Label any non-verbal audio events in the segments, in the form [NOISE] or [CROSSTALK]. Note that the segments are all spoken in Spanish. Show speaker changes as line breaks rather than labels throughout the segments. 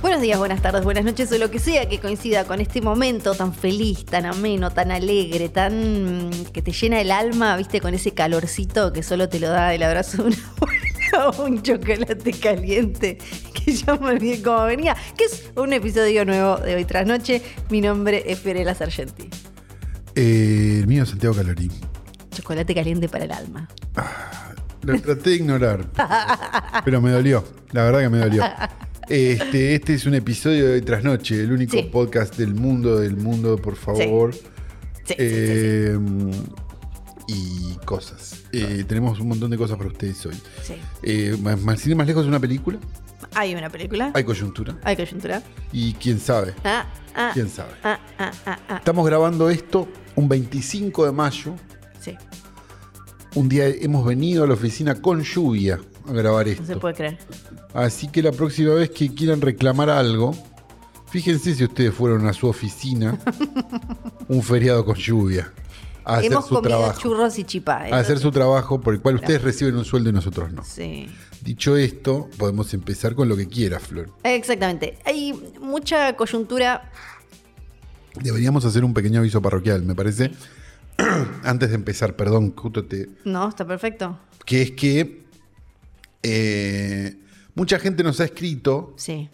Buenos días, buenas tardes, buenas noches o lo que sea que coincida con este momento tan feliz, tan ameno, tan alegre, tan mm, que te llena el alma, viste, con ese calorcito que solo te lo da el abrazo de una abuela o un chocolate caliente que ya me olvidé cómo venía, que es un episodio nuevo de hoy tras noche. Mi nombre es Perela Sargenti.
Eh, el mío es Santiago Calorí.
Chocolate caliente para el alma.
Lo traté de ignorar, pero me dolió. La verdad que me dolió. Este, este es un episodio de Trasnoche, el único
Sí.
podcast del mundo, del mundo, por favor.
Sí, sí, sí, sí.
Eh, Y cosas. Eh, tenemos un montón de cosas para ustedes hoy.
Sí.
Eh, más, más- sin ir más lejos, una película.
Hay una película.
Hay coyuntura.
Hay coyuntura.
Y quién sabe.
Ah, ah,
Quién sabe.
ah, ah, ah, ah.
Estamos grabando esto un 25 de mayo.
Sí,
Un día hemos venido a la oficina con lluvia a grabar esto.
no se puede creer.
Así que la próxima vez que quieran reclamar algo, fíjense si ustedes fueron a su
[LAUGHS]
oficina un feriado con lluvia a hacer
Hemos
su
comido
trabajo.
churros y chipá.
A hacer su trabajo por el cual ustedes reciben un sueldo y nosotros no.
Sí.
Dicho esto, podemos empezar con lo que quiera, Flor.
Exactamente. Hay mucha coyuntura.
Deberíamos hacer un pequeño aviso parroquial, me parece. [CLEARS THROAT] Antes de empezar, perdón, justo te-
No, está perfecto.
Que es que eh, mucha gente nos ha escrito
Sí.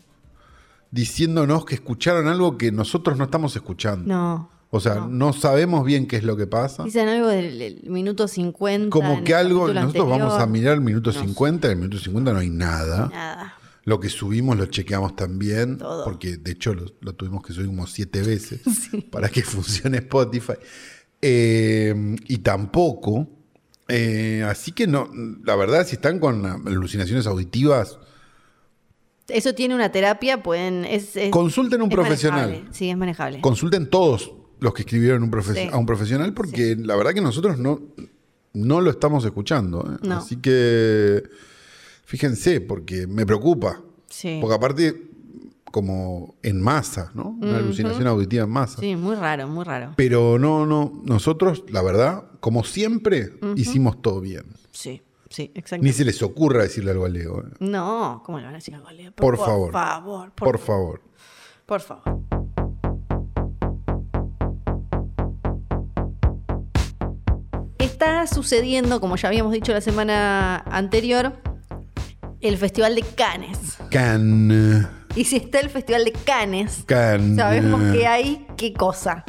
diciéndonos que escucharon algo que nosotros no estamos escuchando.
No.
O sea, no.
No.
sabemos bien qué es lo que pasa.
Dicen algo del, del minuto 50. en
Ah. Como
el
que algo,
capítulo
nosotros
anterior.
vamos a mirar el minuto
No.
50, en el minuto 50 no hay nada.
Nada.
Lo que subimos lo chequeamos también,
Todo.
porque de hecho lo, lo tuvimos que subir como
[LAUGHS]
siete veces para que [LAUGHS] funcione Spotify. Eh, y tampoco. eh, así que no, la verdad, si están con alucinaciones auditivas,
Eso tiene una terapia, pueden. Es, es-
consulten a un
es
profesional.
manejable. Sí, es manejable.
Consulten todos los que escribieron un profe-
Sí.
a un profesional porque la verdad que nosotros no, no lo estamos escuchando. ¿eh?
No.
Así que fíjense, porque me preocupa.
Sí.
Porque aparte, como en masa, ¿no? Una alucinación auditiva en masa.
Sí, muy raro, muy raro.
Pero no, no, nosotros, la verdad, como siempre, hicimos todo bien.
Sí, sí,
Ni
exactamente.
se les ocurra decirle algo a Leo. ¿eh?
No, ¿cómo le van a decir algo a Leo?
Por
Por
favor.
favor, por,
Por favor.
por favor. Está sucediendo, como ya habíamos dicho la semana anterior, el Festival de Cannes.
Can.
Y si está el Festival de Cannes,
Can.
sabemos
eh,
que hay qué cosa.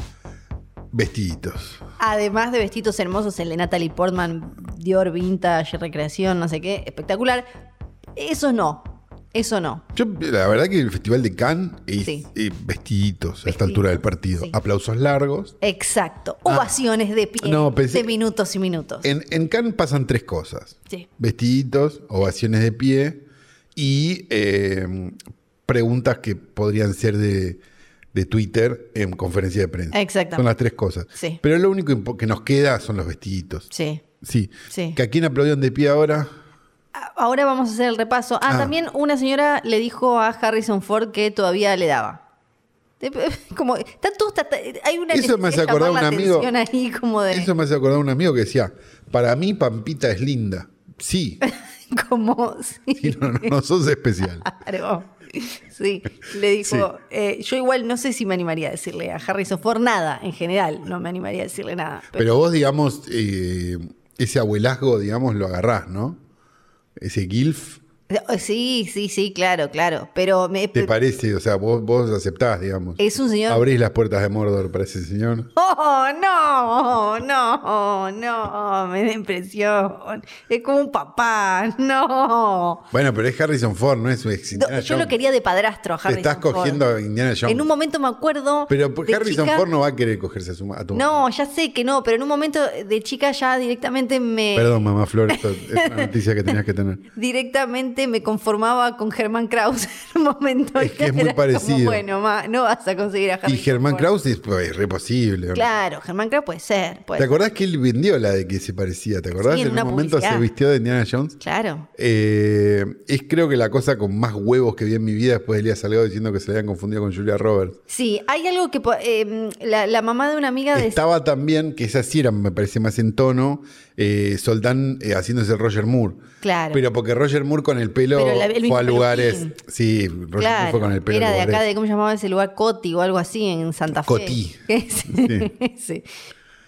Vestiditos.
Además de vestidos hermosos, el de Natalie Portman, Dior Vintage, Recreación, no sé qué, espectacular. Eso no, eso no.
Yo, la verdad que el Festival de Cannes es
Sí.
eh, vestiditos a
Vestiditos,
esta altura del partido.
sí.
Aplausos largos.
Exacto.
Ah.
Ovaciones de pie
No, pensé-
de minutos y minutos.
En, en Cannes pasan tres cosas.
Sí.
Vestiditos, ovaciones de pie y eh, preguntas que podrían ser de, de Twitter en conferencia de prensa.
Exactamente.
Son las tres cosas.
Sí.
Pero lo único impo- que nos queda son los vestiditos.
Sí.
Sí.
Sí.
¿Que a quién aplaudían de pie ahora?
A- Ahora vamos a hacer el repaso. Ah,
Ah.
también una señora le dijo a Harrison Ford que todavía le daba. De- [LAUGHS] Como, está todo- está- está- hay una
Eso me hace
necesidad de
acordar
llamar la
un amigo-
atención ahí como de,
Eso me hace acordar a un amigo que decía, para mí Pampita es linda. Sí, [LAUGHS]
[LAUGHS] como, sí,
sí, no, no- no sos especial.
claro. Sí, le dijo,
Sí.
eh, yo igual no sé si me animaría a decirle a Harrison Ford nada, en general, no me animaría a decirle nada. Pero,
Pero vos, digamos, eh, ese abuelazgo, digamos, lo agarrás, ¿no? Ese GILF,
sí, sí, sí, claro, claro, pero me,
¿te parece? O sea, vos, vos aceptás, digamos.
es un Eh. señor
Abrís las puertas de Mordor para ese señor.
Oh, no, no, no, me da impresión. Es como un papá, no.
Bueno, pero es Harrison Ford, no es un ex
No,
Indiana
yo lo
Jones.
quería de padrastro,
Te
Harrison.
estás
Ford.
cogiendo a Indiana Jones.
En un momento me acuerdo.
pero por-
de
Harrison
chica-
Ford no va a querer cogerse a, su, ma- a tu
No, ya sé que no, pero en un momento de chica ya directamente me.
Perdón, mamá Flor, esto es una noticia que tenías que tener.
Directamente realmente me conformaba con Germán Krause [LAUGHS] en un momento.
Es que es muy
Era como,
parecido.
bueno, ma, no vas a conseguir a
Y
[LAUGHS] Harrison
Germán
Ford.
Krause es, pues, es re posible. ¿o no?
Claro, Germán Krause puede ser. puede
¿Te acordás que él vendió la de que se parecía? ¿Te acordás?
Sí, en
en
una
un momento se
publicidad.
vistió de Indiana Jones.
ser. Claro.
Eh, es creo que la cosa con más huevos que vi en mi vida después de Elías Salgado diciendo que se le habían confundido con Julia Roberts.
Sí, hay algo que po- eh, la, la mamá de una amiga de
Estaba también, que esa sí era, me parece más en tono, eh, Soldán eh, haciéndose el Roger Moore.
Claro.
Pero porque Roger Moore con el pelo
Pero la- el mismo
fue a lugares.
peluquín.
Sí, Roger Moore
Claro,
fue con el pelo. a
era de acá,
lugares.
de cómo llamaba ese lugar, Coti o algo así en Santa Fe. [LAUGHS]
Cotí.
Que es- sí.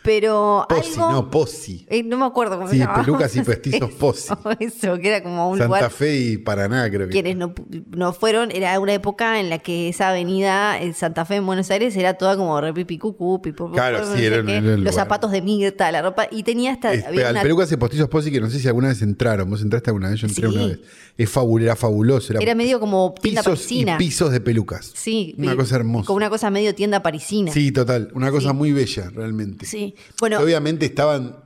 Pero
Pozzi,
algo,
no, Pozzi.
eh, no me acuerdo cómo se
Sí,
llamaba. [LAUGHS]
pelucas y vestidos Pozzi.
Eso, que era como un
Santa
lugar.
Fe y Paraná, creo que.
Quienes no, pu- no fueron, era una época en la que esa avenida en Santa Fe, en Buenos Aires, era toda como repipicucu, pipo,
Claro,
no
sí,
sé
era un-
qué,
era un
Los
lugar.
zapatos de Mirta, la ropa, y tenía hasta.
Este,
había
al
una-
pelucas y postizos Pozzi, que no sé si alguna vez entraron. ¿Vos entraste alguna vez? Yo entré
Sí.
una vez. Es fabul- era fabuloso. Era,
era medio como tienda
pisos y
parisina.
pisos de pelucas.
Sí,
Una
vi-
cosa hermosa.
Con una cosa medio tienda parisina.
Sí, total. Una cosa muy bella, realmente.
Sí. Bueno,
Obviamente estaban,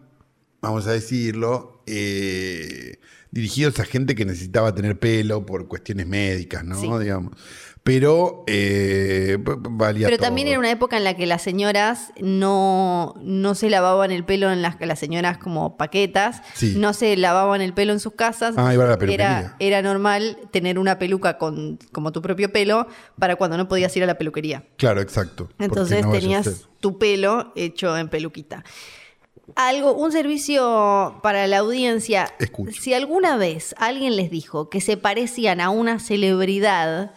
vamos a decirlo, eh, dirigidos a gente que necesitaba tener pelo por cuestiones médicas, ¿no?
Sí.
Digamos. Pero eh, p- p- valía
pero
todo.
también era una época en la que las señoras no, no se lavaban el pelo en las las señoras como paquetas,
Sí.
no se lavaban el pelo en sus casas.
Ah, iba a la peluquería.
era, era normal tener una peluca con como tu propio pelo para cuando no podías ir a la peluquería.
Claro, exacto. porque
Entonces
no vaya a ser.
tenías tu pelo hecho en peluquita. Algo, un servicio para la audiencia.
Escucho.
Si alguna vez alguien les dijo que se parecían a una celebridad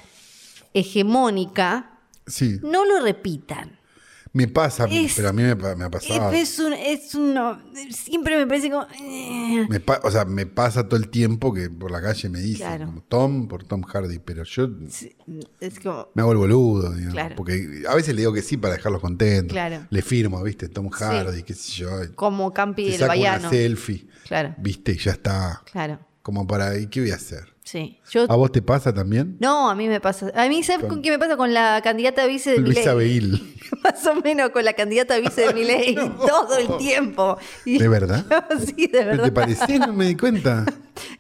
hegemónica,
Sí,
no lo repitan.
me pasa, a mí,
Es-
pero a mí me, pa- me ha pasado.
Es un, es un- no, siempre me parece como. eh.
Me pa- o sea, me pasa todo el tiempo que por la calle me dicen
Claro.
como Tom por Tom Hardy, pero yo
Es como.
me hago el boludo, digamos,
Claro.
porque a veces le digo que sí para dejarlos contentos.
Claro.
Le firmo, ¿viste? Tom Hardy, qué sé yo.
Como Campi
Se
del
saca
Bayano.
una selfie,
Claro,
¿viste? Y ya está.
claro.
Como para, ¿y qué voy a hacer?
Sí. Yo,
¿A vos te pasa también?
no, a mí me pasa. A mí, ¿sabes con quién me pasa? Con la candidata a vice de
Luisa
Milei.
Beil.
[LAUGHS] más o menos con la candidata a vice de
[LAUGHS]
Milei todo el tiempo. Y- [LAUGHS]
¿De verdad?
sí, de
¿Pero ¿Te
verdad.
parecés? No me
[LAUGHS]
di cuenta.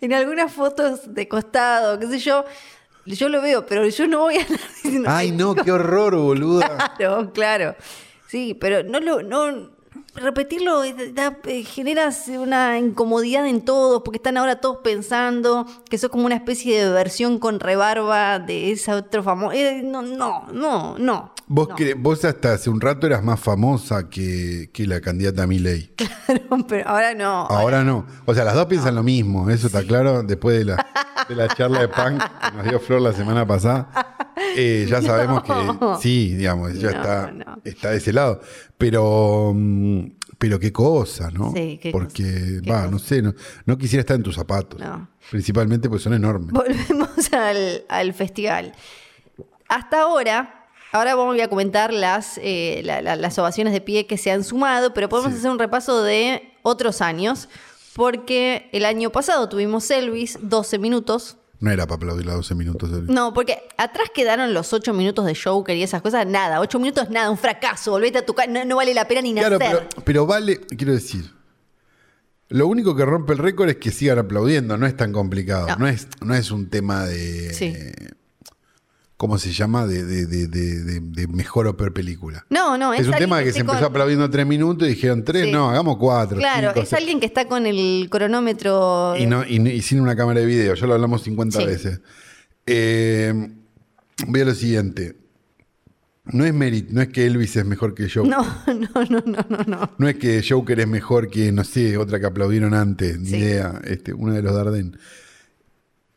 En algunas fotos de costado, qué sé yo, yo lo veo, pero yo no voy a [LAUGHS] andar diciendo,
Ay, no, qué horror,
[LAUGHS]
boluda.
claro, claro. Sí, pero no lo, no repetirlo eh, da- eh, genera una incomodidad en todos, porque están ahora todos pensando que sos como una especie de versión con rebarba de esa otro famoso. eh, no, no, no, no. [LAUGHS]
Vos,
no.
cre- vos hasta hace un rato eras más famosa que, que la candidata a Milei.
pero ahora no.
Ahora no. O sea, las dos piensan lo mismo, eso está claro. Después de la, de la charla de punk que nos dio Flor la semana pasada, eh,
[LAUGHS]
ya sabemos que sí, digamos, ya
No,
está,
no.
está de ese lado. Pero, mm, pero qué cosa, ¿no?
Sí, qué
Porque,
cosa, qué
va,
cosa.
no sé, no, no quisiera estar en tus zapatos.
No.
Principalmente porque son enormes.
Volvemos [LAUGHS] al, al festival. Hasta ahora, ahora voy a comentar las, eh, la- la- las ovaciones de pie que se han sumado, pero podemos
Sí.
hacer un repaso de otros años, porque el año pasado tuvimos Elvis, 12 minutos.
No era para aplaudir a 12 minutos. de-
No, porque atrás quedaron los 8 minutos de Joker y esas cosas, nada, 8 minutos nada, un fracaso, volvete a tu casa, no, no vale la pena ni
Claro,
nacer.
pero, pero vale, quiero decir. Lo único que rompe el récord es que sigan aplaudiendo, no es tan complicado. No,
No.
es, no es un tema de.
Sí.
¿Cómo se llama? De, de- de- de- de- de mejor o peor película.
No, no,
es, un
alguien
tema que
esté
se empezó
con-
aplaudiendo tres minutos y dijeron tres,
Sí.
no, hagamos cuatro.
Claro,
cinco,
es
seis".
alguien que está con el cronómetro.
eh. Y, no- y no- y sin una cámara de video, ya lo hablamos 50
Sí.
veces. Eh, voy a lo siguiente. No es merit, no es que Elvis es mejor que yo.
No, no, no, no, no, no.
No es que Joker es mejor que, no sé, otra que aplaudieron antes, ni
Sí.
idea, este, una de los Darden.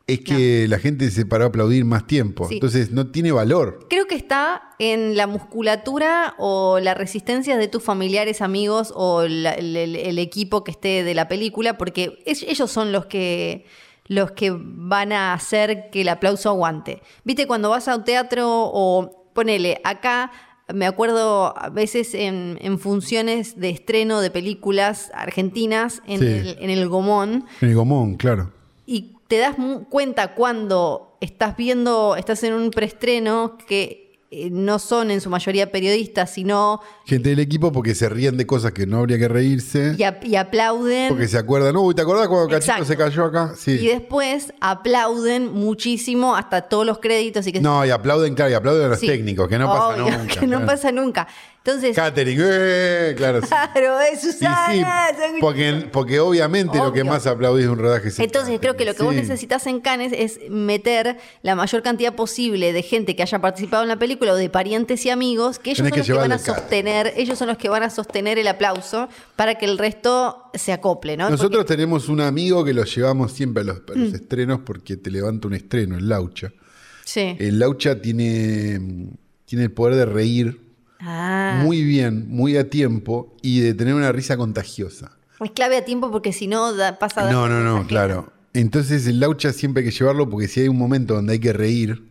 Es que la gente se paró a aplaudir más tiempo,
Sí.
entonces no tiene valor.
Creo que está en la musculatura o la resistencia de tus familiares, amigos o la- el, el- el equipo que esté de la película, porque es- ellos son los que los que van a hacer que el aplauso aguante. Viste, cuando vas a un teatro o ponele, acá me acuerdo a veces en, en funciones de estreno de películas argentinas en,
Sí.
el, en el Gomón,
En el gomón, claro.
y te das mu- cuenta cuando estás viendo, estás en un preestreno que eh, no son en su mayoría periodistas, sino
Gente del equipo porque se ríen de cosas que no habría que reírse.
y, ap- y aplauden.
Porque se acuerdan, uy, ¿te acordás cuando Cachito
Exacto.
se cayó acá?
Y
Sí.
después aplauden muchísimo hasta todos los créditos y que
No, y aplauden, claro, y aplauden a los
Sí.
técnicos, que no pasa
Obvio,
nunca.
[LAUGHS] Que no
claro.
pasa nunca. Entonces,
Catering, ¡eh! claro.
[LAUGHS]
sí.
claro, es
Y sí,
Susana. sándwich.
porque, porque obviamente lo que
Obvio.
más aplaudís es un rodaje es el
Entonces creo que lo que vos
catering, sí.
necesitas en Cannes es meter la mayor cantidad posible de gente que haya participado en la película o de parientes y amigos que ellos
Tenés
son
que
los que van a
llevarle catering.
sostener, ellos son los que van a sostener el aplauso para que el resto se acople, ¿no?
Nosotros tenemos un amigo que lo llevamos siempre a los, a
Mm.
los estrenos porque te levanta un estreno, el Laucha.
Porque- sí.
El Laucha tiene, mm, tiene el poder de reír
ah,
muy bien, muy a tiempo y de tener una risa contagiosa.
es clave a tiempo porque si no da- pasa de-
No, no, no, claro. Entonces el laucha siempre hay que llevarlo porque si hay un momento donde hay que reír,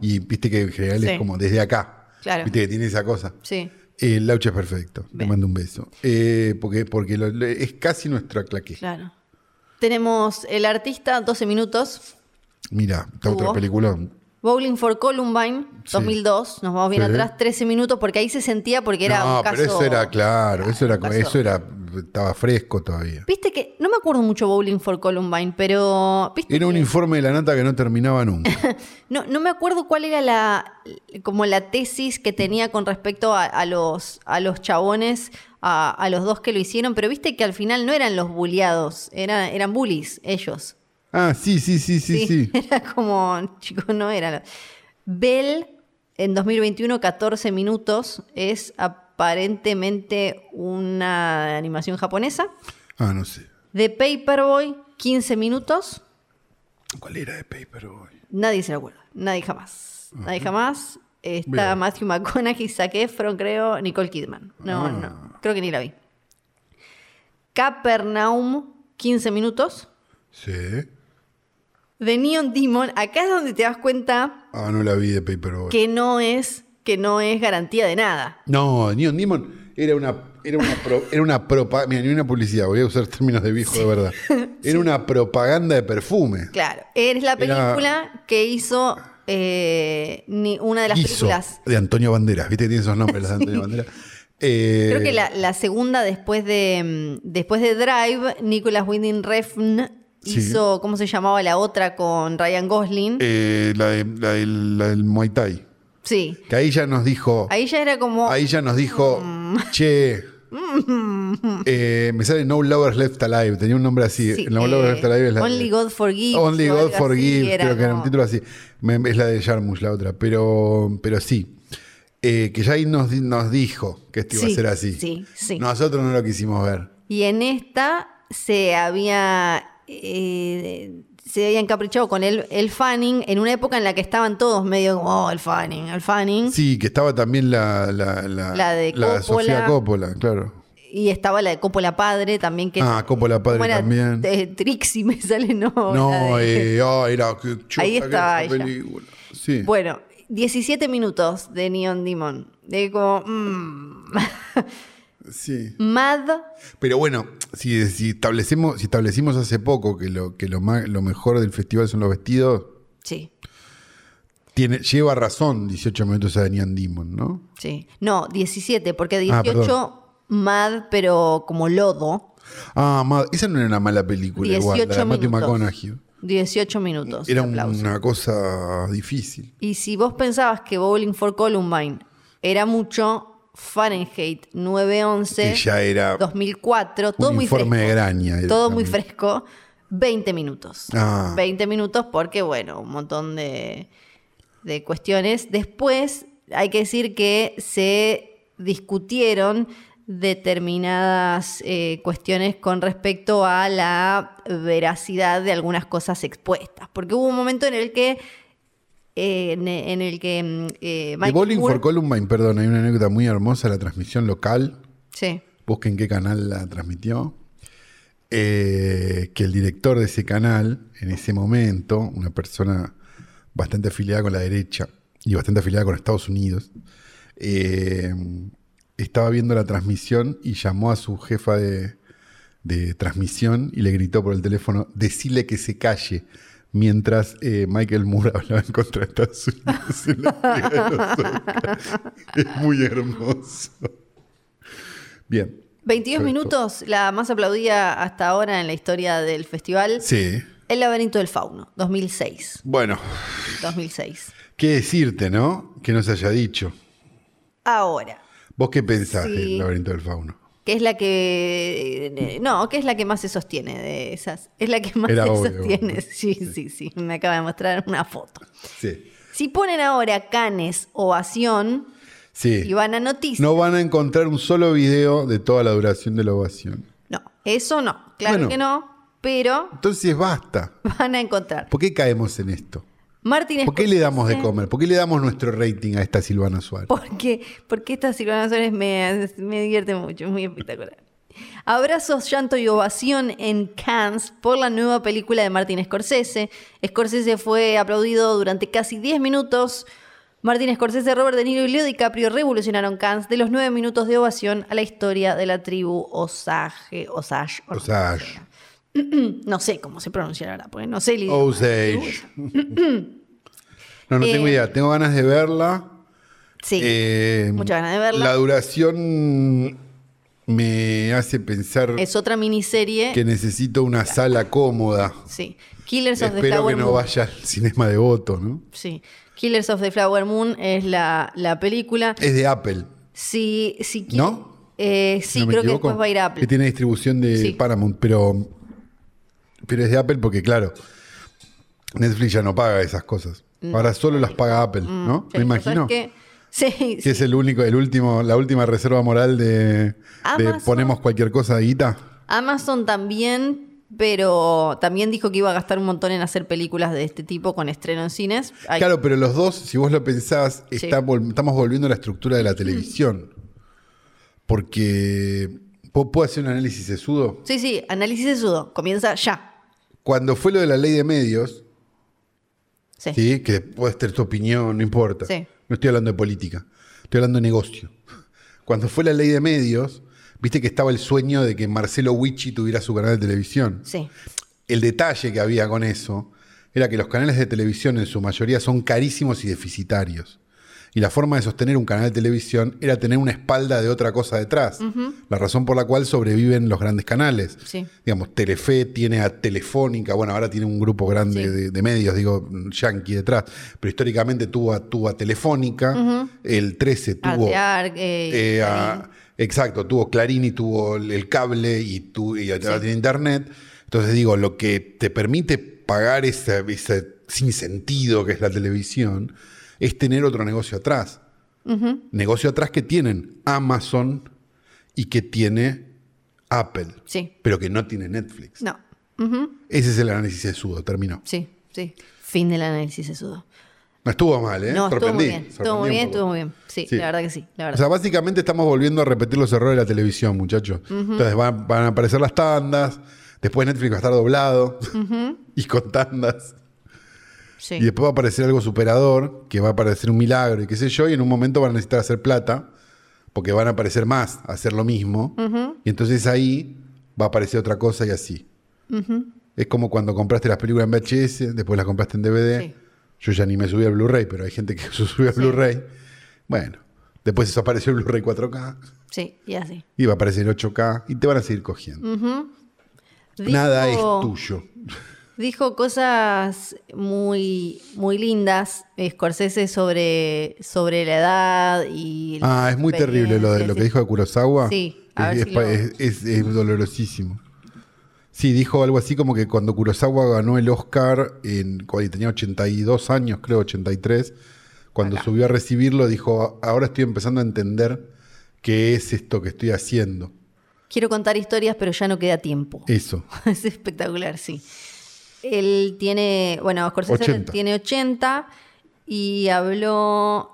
y viste que en general
Sí.
es como desde acá,
Claro.
viste que tiene esa cosa.
Sí.
El laucha es perfecto, te
Bien.
mando un beso. Eh, porque porque lo- lo- es casi nuestra claque.
Claro. Tenemos El Artista, 12 minutos.
Mira, está
Hubo.
otra película.
Bowling for Columbine,
Sí.
2002. Nos vamos bien
Sí.
atrás, 13 minutos, porque ahí se sentía porque era
no,
un caso...
pero eso era claro, eso era,
un caso-
eso era, estaba fresco todavía.
Viste que, no me acuerdo mucho Bowling for Columbine, pero... ¿viste
Era un
que-
informe de la nata que no
[LAUGHS]
terminaba nunca.
no, no me acuerdo cuál era la como la tesis que tenía con respecto a, a los, a los chabones, a, a los dos que lo hicieron, pero viste que al final no eran los bulliados, era- eran bullies ellos.
Ah, sí, sí, sí, sí, sí.
[LAUGHS] Era como, chicos, no era. Bell, en 2021, 14 minutos, es aparentemente una animación japonesa.
Ah, no sé.
The Paperboy, 15 minutos.
¿Cuál era de Paperboy?
Nadie se lo acuerda. Nadie jamás. Nadie jamás. Está
Bien.
Matthew McConaughey, [LAUGHS] Zac Efron, creo, Nicole Kidman. No,
Ah.
no. Creo que ni la vi. Capernaum, 15 minutos.
Sí.
The Neon Demon, acá es donde te das cuenta
Ah, no la vi de Paperboy.
que no es que no es garantía de nada.
No, Neon Demon era una era una pro- era una propa- mira, ni una publicidad, voy a usar términos de viejo
[LAUGHS]
de verdad. Era una propaganda de perfume.
Claro, es la
Era-
película que hizo eh, ni una de las
Guiso,
películas,
de Antonio Banderas, ¿viste que tiene esos nombres las de Antonio Banderas? Eh,
creo que la, la segunda después de mm, después de Drive, Nicolas Winding Refn
Sí.
hizo cómo se llamaba la otra con Ryan Gosling.
eh, la de- la del- la del Muay Thai.
sí,
Que ahí ya nos dijo ahí,
ahí Mm. ya era como
ya nos dijo,
[LAUGHS]
"Che, eh, me sale No Lovers Left Alive, tenía un nombre así,
sí,
No Lovers
eh,
Left Alive es la de-
Only God Forgives.
Only
o
God
algo así,
Forgives, creo que era un
como-
título así. Me- es la de Jarmusch, la otra. Pero, pero sí. Eh, que ya ahí nos, di- nos dijo que esto iba
Sí,
a ser así.
sí, sí.
Nosotros no lo quisimos ver.
Y en esta se había. eh, se había encaprichado con el, el Fanning en una época en la que estaban todos medio como, oh, el Fanning, el Fanning.
Sí, que estaba también la, la, la,
La de Coppola.
Sofía Coppola, claro.
Y estaba la de Coppola Padre también. Que,
Ah, Coppola Padre
¿cómo era?
también.
Eh, Trixie me sale, no.
No,
la de- [LAUGHS]
eh, ay, era que chuta
Ahí
que
estaba
esa
ella.
película. Sí.
[LAUGHS] Bueno, 17 minutos de Neon Demon. De como. mm. [LAUGHS]
sí.
Mad.
Pero bueno, si, si establecemos, si establecimos hace poco que lo, que lo, ma- lo mejor del festival son los vestidos,
Sí,
tiene, lleva razón 18 minutos a Neon Demon, ¿no?
sí. No, 17, porque
Ah,
18
perdón.
Mad, pero como lodo.
Ah, ma- esa no era una mala película igual, la de
18
Matthew
minutos.
McConaughey.
18 minutos.
Era
de aplauso.
una cosa difícil.
Y si vos pensabas que Bowling for Columbine era mucho, Fahrenheit 911,
Que ya era
2004, todo
Ah, un
muy fresco.
informe de graña. era
todo muy
también.
fresco. 20 minutos.
Ah.
20 minutos porque, bueno, un montón de, de cuestiones. Después hay que decir que se discutieron determinadas eh, cuestiones con respecto a la veracidad de algunas cosas expuestas. Porque hubo un momento en el que... eh, en, en el que... mm, eh,
De
Michael
Bowling
Moore-
for Columbine, perdón, hay una anécdota muy hermosa, la transmisión local.
Sí,
busquen qué canal la transmitió, eh, que el director de ese canal, en ese momento, una persona bastante afiliada con la derecha y bastante afiliada con Estados Unidos, eh, estaba viendo la transmisión y llamó a su jefa de, de transmisión y le gritó por el teléfono, decile que se calle, mientras eh, Michael Moore [LAUGHS] hablaba en contra de Estados Unidos en la entrega de los Oscars. Es muy hermoso. Bien.
22 minutos, la más aplaudida hasta ahora en la historia del festival.
Sí.
El laberinto del fauno, 2006.
Bueno,
2006.
qué decirte, ¿no? Que nos haya dicho.
Ahora,
¿Vos qué pensás
Sí.
del laberinto del fauno?
que es la que. eh, No, que es la que más se sostiene de esas. Es la que más
Era
se
obvio. [LAUGHS]
sostiene. Sí, sí, sí. Me acaba de mostrar una foto.
Sí.
Si ponen ahora Canes Ovación y
Sí.
van a noticias.
No van a encontrar un solo video de toda la duración de la ovación.
No, eso no. Claro
Bueno.
que no, pero [LAUGHS]
Entonces basta.
van a encontrar.
¿Por qué caemos en esto?
Martín
¿Por qué
Scorsese-
le damos de comer? ¿Por qué le damos nuestro rating a esta Silvana Suárez?
Porque, porque estas Silvana Suárez me, me divierte mucho, es muy espectacular. Abrazos, llanto y ovación en Cannes por la nueva película de Martin Scorsese. Scorsese fue aplaudido durante casi 10 minutos. Martin Scorsese, Robert De Niro y Leo DiCaprio revolucionaron Cannes de los 9 minutos de ovación a la historia de la tribu Osage. Osage. o no sé
Osage.
cómo sea. No sé cómo se pronuncia la verdad, porque no sé el idioma. [CLEARS THROAT]
Osage. oh, No, no
Eh,
tengo idea. Tengo ganas de verla.
Sí.
Eh,
muchas ganas de verla.
La duración me hace pensar
es otra miniserie.
que necesito una sala cómoda.
Sí. Killers of the
Espero
Flower
que no
Moon.
vaya al cinema de voto, ¿no?
Sí. Killers of the Flower Moon es la, la película.
Es de Apple.
Si, si qui-
¿No?
Eh, sí,
¿no me
creo que
equivoco?
después va a ir a Apple.
Que tiene distribución de
Sí.
Paramount, pero, pero es de Apple porque, claro, Netflix ya no paga esas cosas. Ahora solo las paga Apple, ¿no?
Mm. Sí,
Me imagino.
¿sabes qué? [LAUGHS] Sí,
Que
sí.
es el único, el último, la última reserva moral de, de
Amazon.
ponemos cualquier cosa de guita.
Amazon también, pero también dijo que iba a gastar un montón en hacer películas de este tipo con estreno en cines. Ay,
Claro, pero los dos, si vos lo pensás,
Sí. Mm.
está vol- estamos volviendo a la estructura de la televisión. Porque. ¿puedo- ¿Puedo hacer un análisis sesudo?
Sí, sí, análisis de sudo. Comienza ya.
Cuando fue lo de la ley de medios,
Sí.
¿sí? que puedes tener tu opinión, no importa.
Sí.
No estoy hablando de política, estoy hablando de negocio. Cuando fue la ley de medios, viste que estaba el sueño de que Marcelo Wichi tuviera su canal de televisión.
Sí.
El detalle que había con eso era que los canales de televisión en su mayoría son carísimos y deficitarios. Y la forma de sostener un canal de televisión era tener una espalda de otra cosa detrás. La razón por la cual sobreviven los grandes canales.
Sí.
Digamos, Telefe tiene a Telefónica, bueno, ahora tiene un grupo grande
Sí.
de, de medios, digo, yankee detrás, pero históricamente tuvo a, tuvo a Telefónica, el 13
Ah,
tuvo...
Artear, eh,
Eh, ah, exacto, tuvo Clarín y tuvo el el cable y, tu, y ahora
Sí.
tiene internet. Entonces digo, lo que te permite pagar ese, ese sinsentido que es la televisión es tener otro negocio atrás. Negocio atrás que tienen Amazon y que tiene Apple,
sí.
pero que no tiene Netflix.
No.
Ese es el análisis de Sudo, terminó.
Sí, sí. Fin del análisis de sudo.
No estuvo mal, ¿eh?
No, estuvo muy
Sorprendí,
bien. Estuvo
sorprendí
muy
un
bien,
poco.
estuvo muy bien. Sí,
Sí.
la verdad que sí. La
O
verdad.
sea, básicamente estamos volviendo a repetir los errores de la televisión, muchachos. Entonces van, van a aparecer las tandas, después Netflix va a estar doblado [LAUGHS] y con tandas.
Sí.
Y después va a aparecer algo superador, que va a aparecer un milagro y qué sé yo, y en un momento van a necesitar hacer plata, porque van a aparecer más, a hacer lo mismo. Y entonces ahí va a aparecer otra cosa y así. Es como cuando compraste las películas en VHS, después las compraste en DVD.
Sí.
Yo ya ni me subí al Blu-ray, pero hay gente que [LAUGHS] se subió al Blu-ray. Bueno, después eso apareció el Blu-ray 4K,
Sí, y así.
y va a aparecer el 8K, y te van a seguir cogiendo. Nada es
Dijo-
tuyo.
Dijo cosas muy, muy lindas Scorsese sobre, sobre la edad y. la
Ah, es muy terrible lo, de, lo
experiencia,
que dijo de Kurosawa.
Sí, a
Es,
ver
es
si
pa-
lo-
es- es- es dolorosísimo. Sí, dijo algo así como que cuando Kurosawa ganó el Oscar, en, cuando tenía 82 años, creo, 83, cuando
Acá.
subió a recibirlo, dijo, ahora estoy empezando a entender qué es esto que estoy haciendo.
sí. Quiero contar historias, pero ya no queda tiempo.
Eso.
[LAUGHS] Es espectacular, sí. Él tiene, bueno, Scorsese
80.
tiene 80 y habló,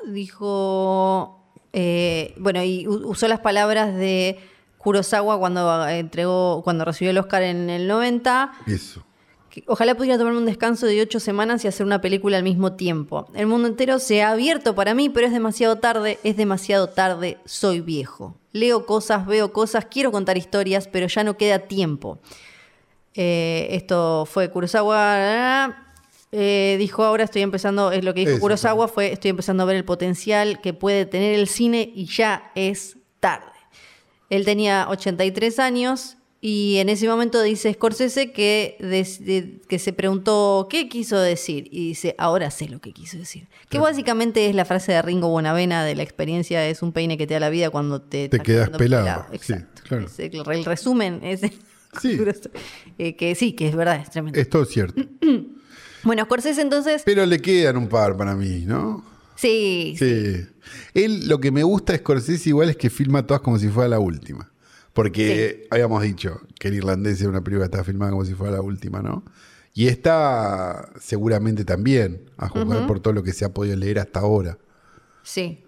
dijo, eh, bueno, y u- usó las palabras de Kurosawa cuando eh, entregó, cuando recibió el Oscar en el 90,
Eso.
que Ojalá pudiera tomarme un descanso de ocho semanas y hacer una película al mismo tiempo. El mundo entero se ha abierto para mí, pero es demasiado tarde, es demasiado tarde, soy viejo. Leo cosas, veo cosas, quiero contar historias, pero ya no queda tiempo. Eh, esto fue Kurosawa. na, na, na. Eh, dijo, ahora estoy empezando, es lo que dijo
Eso,
Kurosawa, fue, estoy empezando a ver el potencial que puede tener el cine y ya es tarde. Él tenía 83 años y en ese momento dice Scorsese que, des- de- que se preguntó qué quiso decir y dice, ahora sé lo que quiso decir. Que básicamente es la frase de Ringo Bonavena de la experiencia es un peine que te da la vida cuando te...
Te
estás
quedas
quedando
pelado, sí,
Exacto.
claro.
Es el, el resumen es... [LAUGHS]
Sí. Eh.
Eh, que sí, que es verdad, es tremendo.
Es todo cierto.
Bueno, Scorsese entonces...
Pero le quedan un par para mí, ¿no?
Sí,
Sí. Él, lo que me gusta de Scorsese igual es que filma todas como si fuera la última. Porque habíamos dicho que el irlandés era una película que estaba filmada como si fuera la última, ¿no? Y esta seguramente también, a juzgar por todo lo que se ha podido leer hasta ahora.
sí.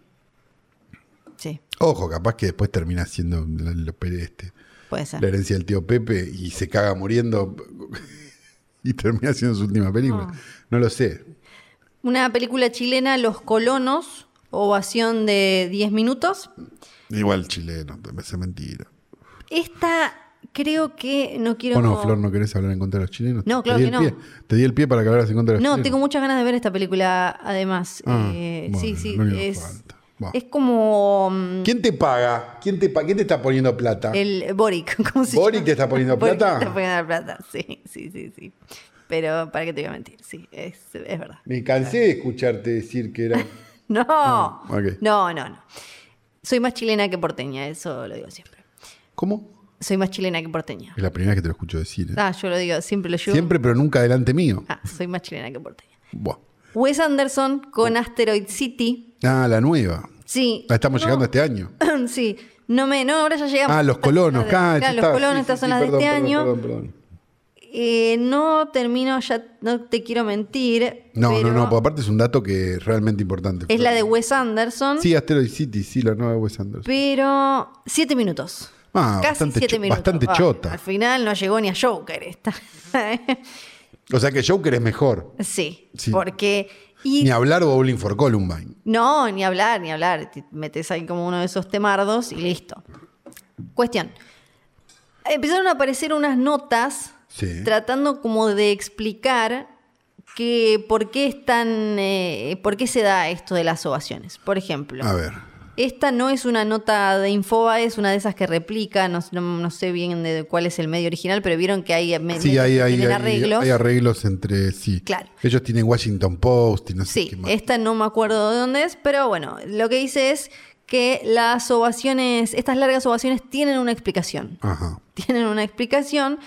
Sí,
Ojo, capaz que después termina siendo la, la pele- este,
puede ser.
la herencia del tío Pepe y se caga muriendo [LAUGHS] y termina siendo su última película. No lo sé.
Una película chilena, Los Colonos, ovación de 10 minutos.
Igual chileno, me hace mentira.
Esta creo que no quiero...
Bueno, Flor, ¿no querés hablar en contra de los chilenos?
No,
Te
claro
di
que
el
no.
pie. Te di el pie para que hablaras en contra de los
No,
chilenos.
tengo muchas ganas de ver esta película, además.
Ah,
Eh,
bueno,
sí, sí,
no me hace
es,
falta. Va.
es como mm,
¿Quién te paga? ¿Quién te, pa- ¿Quién te está poniendo plata?
el Boric. [LAUGHS] ¿cómo se
¿Boric
llama?
te está poniendo
Boric
plata?
Te está poniendo plata, sí, sí, sí, sí. Pero, ¿para qué te voy a mentir? Sí, es, es verdad. [LAUGHS]
Me cansé de escucharte decir que era...
No,
Ah, ok.
no, no, no. Soy más chilena que porteña, eso lo digo siempre.
¿Cómo?
Soy más chilena que porteña.
Es la primera vez que te lo escucho decir. ¿eh?
Ah, yo lo digo, siempre lo llevo.
Siempre, pero nunca delante mío.
Ah, soy más chilena que porteña.
Buah.
Wes Anderson
Oh.
con Asteroid City.
Ah, la nueva.
Sí.
La estamos
No.
llegando este año.
[CLEARS THROAT] sí. No me, no, ahora ya llegamos.
Ah, los colonos.
Claro,
Ah, ya
los
está.
colonos,
Sí, sí,
estas son
sí,
las
perdón,
de este
perdón,
año.
perdón, perdón.
Eh, no termino, ya no te quiero mentir.
No,
pero
no, no, porque aparte es un dato que es realmente importante.
Es
Flor.
la de Wes Anderson,
Sí, Asteroid City, sí, la nueva de Wes Anderson.
pero siete minutos.
Ah,
Casi
bastante
siete
cho-
minutos.
bastante
Ah,
chota.
Al final no llegó ni a Joker esta. [LAUGHS]
O sea que Joker es mejor.
sí,
Sí.
porque. y-
Ni hablar Bowling for Columbine.
No, ni hablar, ni hablar. Te metes ahí como uno de esos temardos y listo. Cuestión. Empezaron a aparecer unas notas
Sí.
tratando como de explicar que por qué es tan, eh, por qué se da esto de las ovaciones. Por ejemplo,
A ver.
esta no es una nota de Infoba, es una de esas que replica, no, no- no sé bien de cuál es el medio original, pero vieron que hay, me-
Sí,
me-
hay, hay,
tienen
hay-
arreglos.
hay arreglos entre sí.
Claro.
Ellos tienen Washington Post y no sé qué
Sí,
más.
esta no me acuerdo de dónde es, pero bueno, lo que dice es que las ovaciones, estas largas ovaciones tienen una explicación.
Ajá.
Tienen una explicación.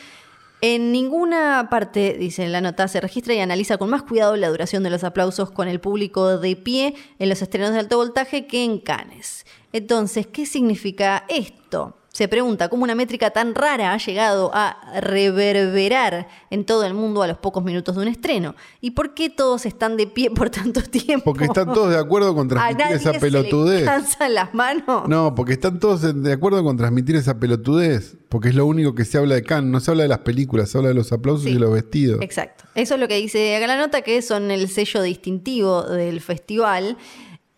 En ninguna parte, dice en la nota, se registra y analiza con más cuidado la duración de los aplausos con el público de pie en los estrenos de alto voltaje que en Cannes. Entonces, ¿qué significa esto? Se pregunta cómo una métrica tan rara ha llegado a reverberar en todo el mundo a los pocos minutos de un estreno. ¿Y por qué todos están de pie por tanto tiempo?
Porque
[LAUGHS]
están todos de acuerdo con
a
transmitir
nadie
esa
se
pelotudez.
le cansan las manos.
No, porque están todos en- de acuerdo con transmitir esa pelotudez. Porque es lo único que se habla de Cannes. No se habla de las películas, se habla de los aplausos
Sí.
y de los vestidos.
Exacto. Eso es lo que dice acá la nota, que son el sello distintivo del festival.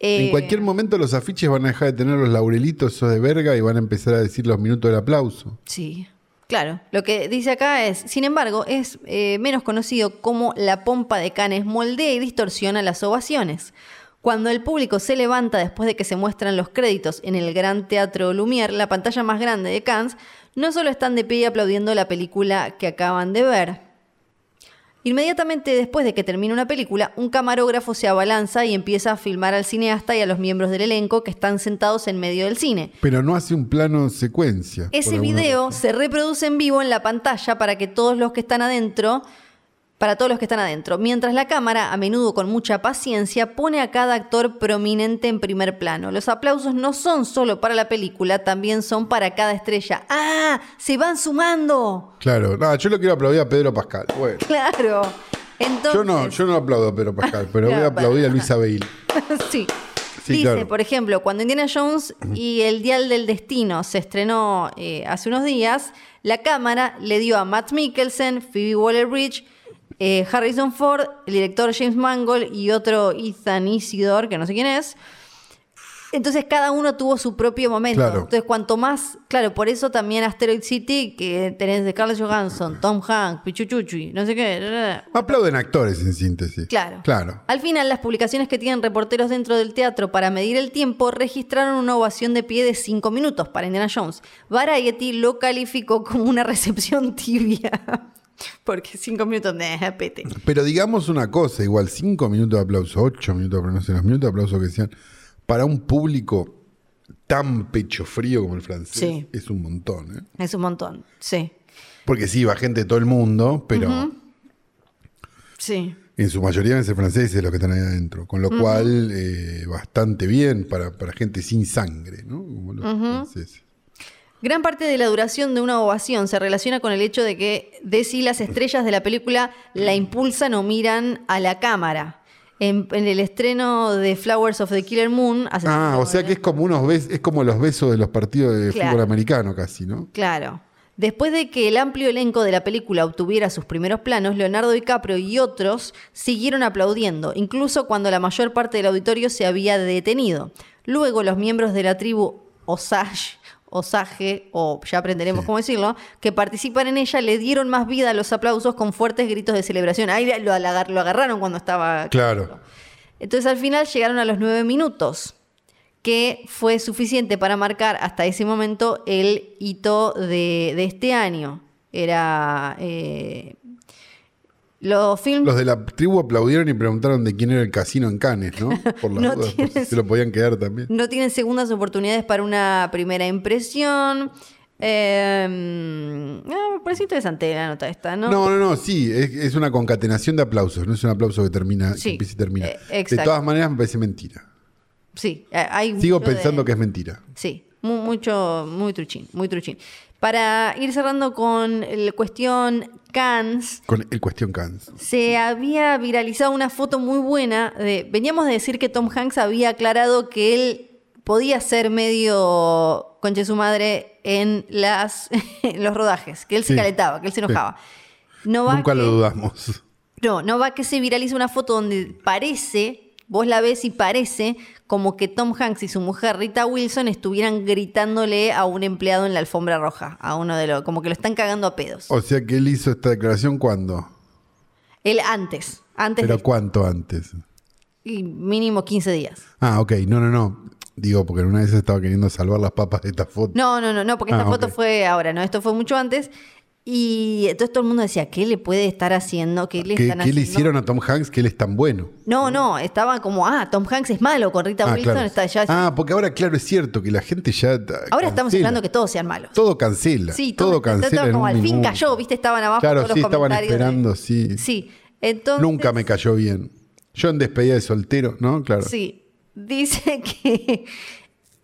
Eh,
En cualquier momento los afiches van a dejar de tener los laurelitos esos de verga y van a empezar a decir los minutos del aplauso.
Sí, claro. Lo que dice acá es, sin embargo, es eh, menos conocido como la pompa de canes moldea y distorsiona las ovaciones. Cuando el público se levanta después de que se muestran los créditos en el Gran Teatro Lumière, la pantalla más grande de Cannes, no solo están de pie aplaudiendo la película que acaban de ver, Inmediatamente después de que termina una película, un camarógrafo se abalanza y empieza a filmar al cineasta y a los miembros del elenco que están sentados en medio del cine.
Pero no hace un plano secuencia. por
Ese
alguna
video
razón.
se reproduce en vivo en la pantalla para que todos los que están adentro, para todos los que están adentro, mientras la cámara, a menudo con mucha paciencia, pone a cada actor prominente en primer plano. Los aplausos no son solo para la película, también son para cada estrella. ¡Ah! ¡Se van sumando! [LAUGHS]
Claro, no, yo lo quiero aplaudir a Pedro Pascal. Bueno,
¡Claro! Entonces,
yo no, yo no aplaudo a
[LAUGHS]
Pedro Pascal, pero voy a
No,
aplaudir a
bueno.
Luisa Bale.
[LAUGHS] sí.
Sí,
Dice,
claro.
por ejemplo, cuando Indiana Jones y El Dial del Destino se estrenó eh, hace unos días, la cámara le dio a Matt Mikkelsen, Phoebe Waller-Bridge, eh, Harrison Ford, el director James Mangold y otro Ethan Isidore, que no sé quién es, Entonces cada uno tuvo su propio momento.
Claro.
Entonces cuanto más, claro, por eso también Asteroid City, que tenés de Carlos Johansson, Tom Hanks, Pichuchuchi, no sé qué. bla, bla, bla.
Aplauden actores en síntesis.
Claro.
Claro.
Al final, las publicaciones que tienen reporteros dentro del teatro para medir el tiempo registraron una ovación de pie de 5 minutos para Indiana Jones. Variety lo calificó como una recepción [LAUGHS] tibia. Porque 5 minutos, nah, pete.
Pero digamos una cosa, igual cinco minutos de aplauso, ocho minutos de aplauso, no sé, los minutos de aplauso que sean, para un público tan pecho frío como el francés,
Sí.
es un montón, ¿eh?
Es un montón. Sí,
Porque sí, va gente de todo el mundo, pero
sí.
en su mayoría van a ser franceses los que están ahí adentro. Con lo cual, eh, bastante bien para, para gente sin sangre, ¿no? Como los franceses.
Gran parte de la duración de una ovación se relaciona con el hecho de que Desi las estrellas de la película la impulsan o miran a la cámara. En, en el estreno de Flowers of the Killer Moon, hace
[LAUGHS] Ah, o sea que es como unos bes- es como los besos de los partidos de
Claro.
fútbol americano casi, ¿no?
Claro. Después de que el amplio elenco de la película obtuviera sus primeros planos, Leonardo DiCaprio y otros siguieron aplaudiendo, incluso cuando la mayor parte del auditorio se había detenido. Luego los miembros de la tribu Osage, Osage, o ya aprenderemos cómo decirlo, que participan en ella, le dieron más vida a los aplausos con fuertes gritos de celebración. Ahí lo, agar- lo agarraron cuando estaba...
Claro.
Entonces al final llegaron a los nueve minutos, que fue suficiente para marcar hasta ese momento el hito de, de este año. Era eh, los films...
Los de la tribu aplaudieron y preguntaron de quién era el casino en
[LAUGHS]
Cannes, ¿no? Por las
No
dudas, por si
tienes-
se lo podían quedar también.
No tienen segundas oportunidades para una primera impresión. Eh, ah, me parece interesante la nota esta, ¿no?
No, no, no, sí, es, es una concatenación de aplausos, no es un aplauso que termina,
Sí,
que empieza y termina.
eh,
de
exacto.
todas maneras me parece mentira.
Sí, eh, hay
Sigo
mucho de-
pensando que es mentira.
Sí, mu- mucho, muy truchín, muy truchín. Para ir cerrando con la cuestión Cannes,
Con el cuestión Cans.
se había viralizado una foto muy buena de. Veníamos de decir que Tom Hanks había aclarado que él podía ser medio conche su madre en las [LAUGHS] en los rodajes, que él se
Sí.
calentaba, que él se enojaba. No va
Nunca
que,
lo dudamos.
No, no va que se viraliza una foto donde parece, vos la ves y parece como que Tom Hanks y su mujer Rita Wilson estuvieran gritándole a un empleado en la alfombra roja, a uno de los, como que lo están cagando a pedos.
O sea que él hizo esta declaración cuando.
Él antes, antes
Pero
de-
cuánto antes.
y mínimo 15 días.
Ah, ok, no, no, no. Digo, porque en una vez estaba queriendo salvar las papas de esta foto.
No, no, no, no, porque esta
Ah,
foto
ok.
fue ahora, no, esto fue mucho antes. Y entonces todo el mundo decía, ¿qué le puede estar haciendo? ¿Qué le
¿Qué,
están
qué le
haciendo?
hicieron a Tom Hanks que él es tan bueno?
No, no, estaba como, ah, Tom Hanks es malo con Rita
Ah,
Wilson.
claro.
Está, ya,
ah, porque ahora, claro, es cierto que la gente ya. Ahora
ahora estamos hablando que todos sean malos.
Todo cancela.
sí,
todo,
todo-
cancela.
todo
en
como
un
al fin
minuto.
cayó, viste, estaban abajo
Claro,
todos los
sí, estaban
comentarios de-
esperando, sí.
Sí, entonces...
Nunca me cayó bien. Yo en despedida de soltero, ¿no? Claro.
Sí, dice [LAUGHS] que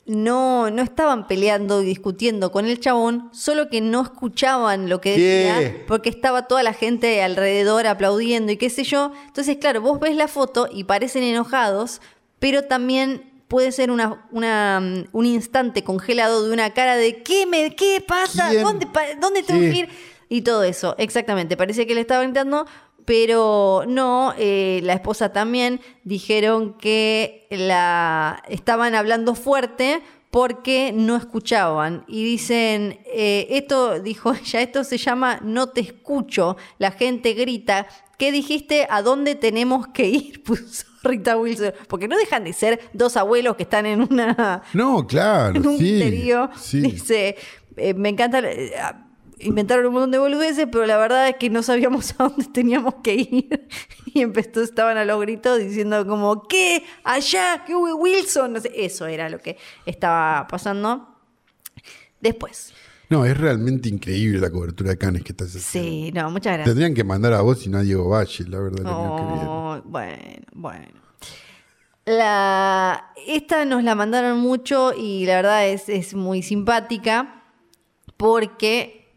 no, no estaban peleando y discutiendo con el chabón, solo que no escuchaban lo que
¿Qué?
decía porque estaba toda la gente alrededor aplaudiendo y qué sé yo. Entonces, claro, vos ves la foto y parecen enojados, pero también puede ser una, una, mm, un instante congelado de una cara de ¿qué, me, qué pasa?
¿Quién?
¿Dónde, pa- dónde tengo
¿Qué?
que ir? Y todo eso, exactamente. Parecía que le estaba gritando, pero no, eh, la esposa también dijeron que la estaban hablando fuerte porque no escuchaban. Y dicen, eh, esto, dijo [LAUGHS] ella, esto se llama no te escucho. La gente grita, ¿qué dijiste? ¿A dónde tenemos que ir? [LAUGHS] Puso Rita Wilson. Porque no dejan de ser dos abuelos que están en una
No,
[LAUGHS]
claro.
en un
sí,
serio,
sí.
Dice, eh, me encanta, eh, ah, inventaron un montón de boludeces, pero la verdad es que no sabíamos [LAUGHS] a dónde teníamos que ir. Y empezó, estaban a los gritos diciendo como, ¿qué? Allá, ¿qué hubo, Wilson? No sé, eso era lo que estaba pasando. Después.
No, es realmente increíble la cobertura de Canes que estás haciendo.
Sí, no, muchas gracias.
Tendrían que mandar a vos y no a Diego Valle, la verdad. lo mío que viene.
Oh, bueno, bueno. La, esta nos la mandaron mucho y la verdad es, es muy simpática porque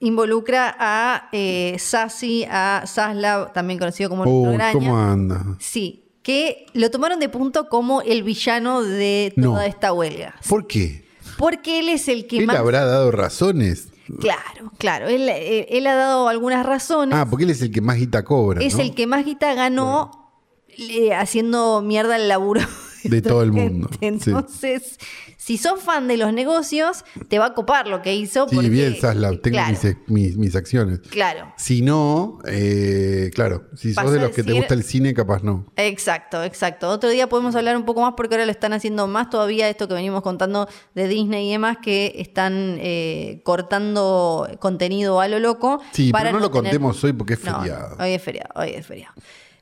involucra a eh, Sassi, a Saslav, también conocido como
Uy,
Lucho Graña.
Oh, ¿cómo anda?
Sí, que lo tomaron de punto como el villano de toda
No.
esta huelga.
¿Por qué?
Porque él es el que
¿Él
más...
habrá dado razones?
Claro, claro. Él, él- él ha dado algunas razones.
Ah, porque él es el que más guita cobra.
Es
¿no?
el que más guita ganó eh, haciendo mierda el laburo
De todo el mundo, sí.
Entonces, si sos fan de los negocios, te va a copar lo que hizo.
Sí,
porque-
bien, Zaslav, tengo
claro,
mis, mis- mis acciones.
Claro,
Si no, eh, claro, si
Vas
sos de
a
los que te
decir-
gusta el cine, capaz no.
exacto, exacto. Otro día podemos hablar un poco más porque ahora lo están haciendo más todavía esto que venimos contando de Disney y demás, que están eh, cortando contenido a lo loco.
Sí,
para
pero no, lo
tener-
contemos hoy porque es
No,
feriado.
hoy es feriado, hoy es feriado.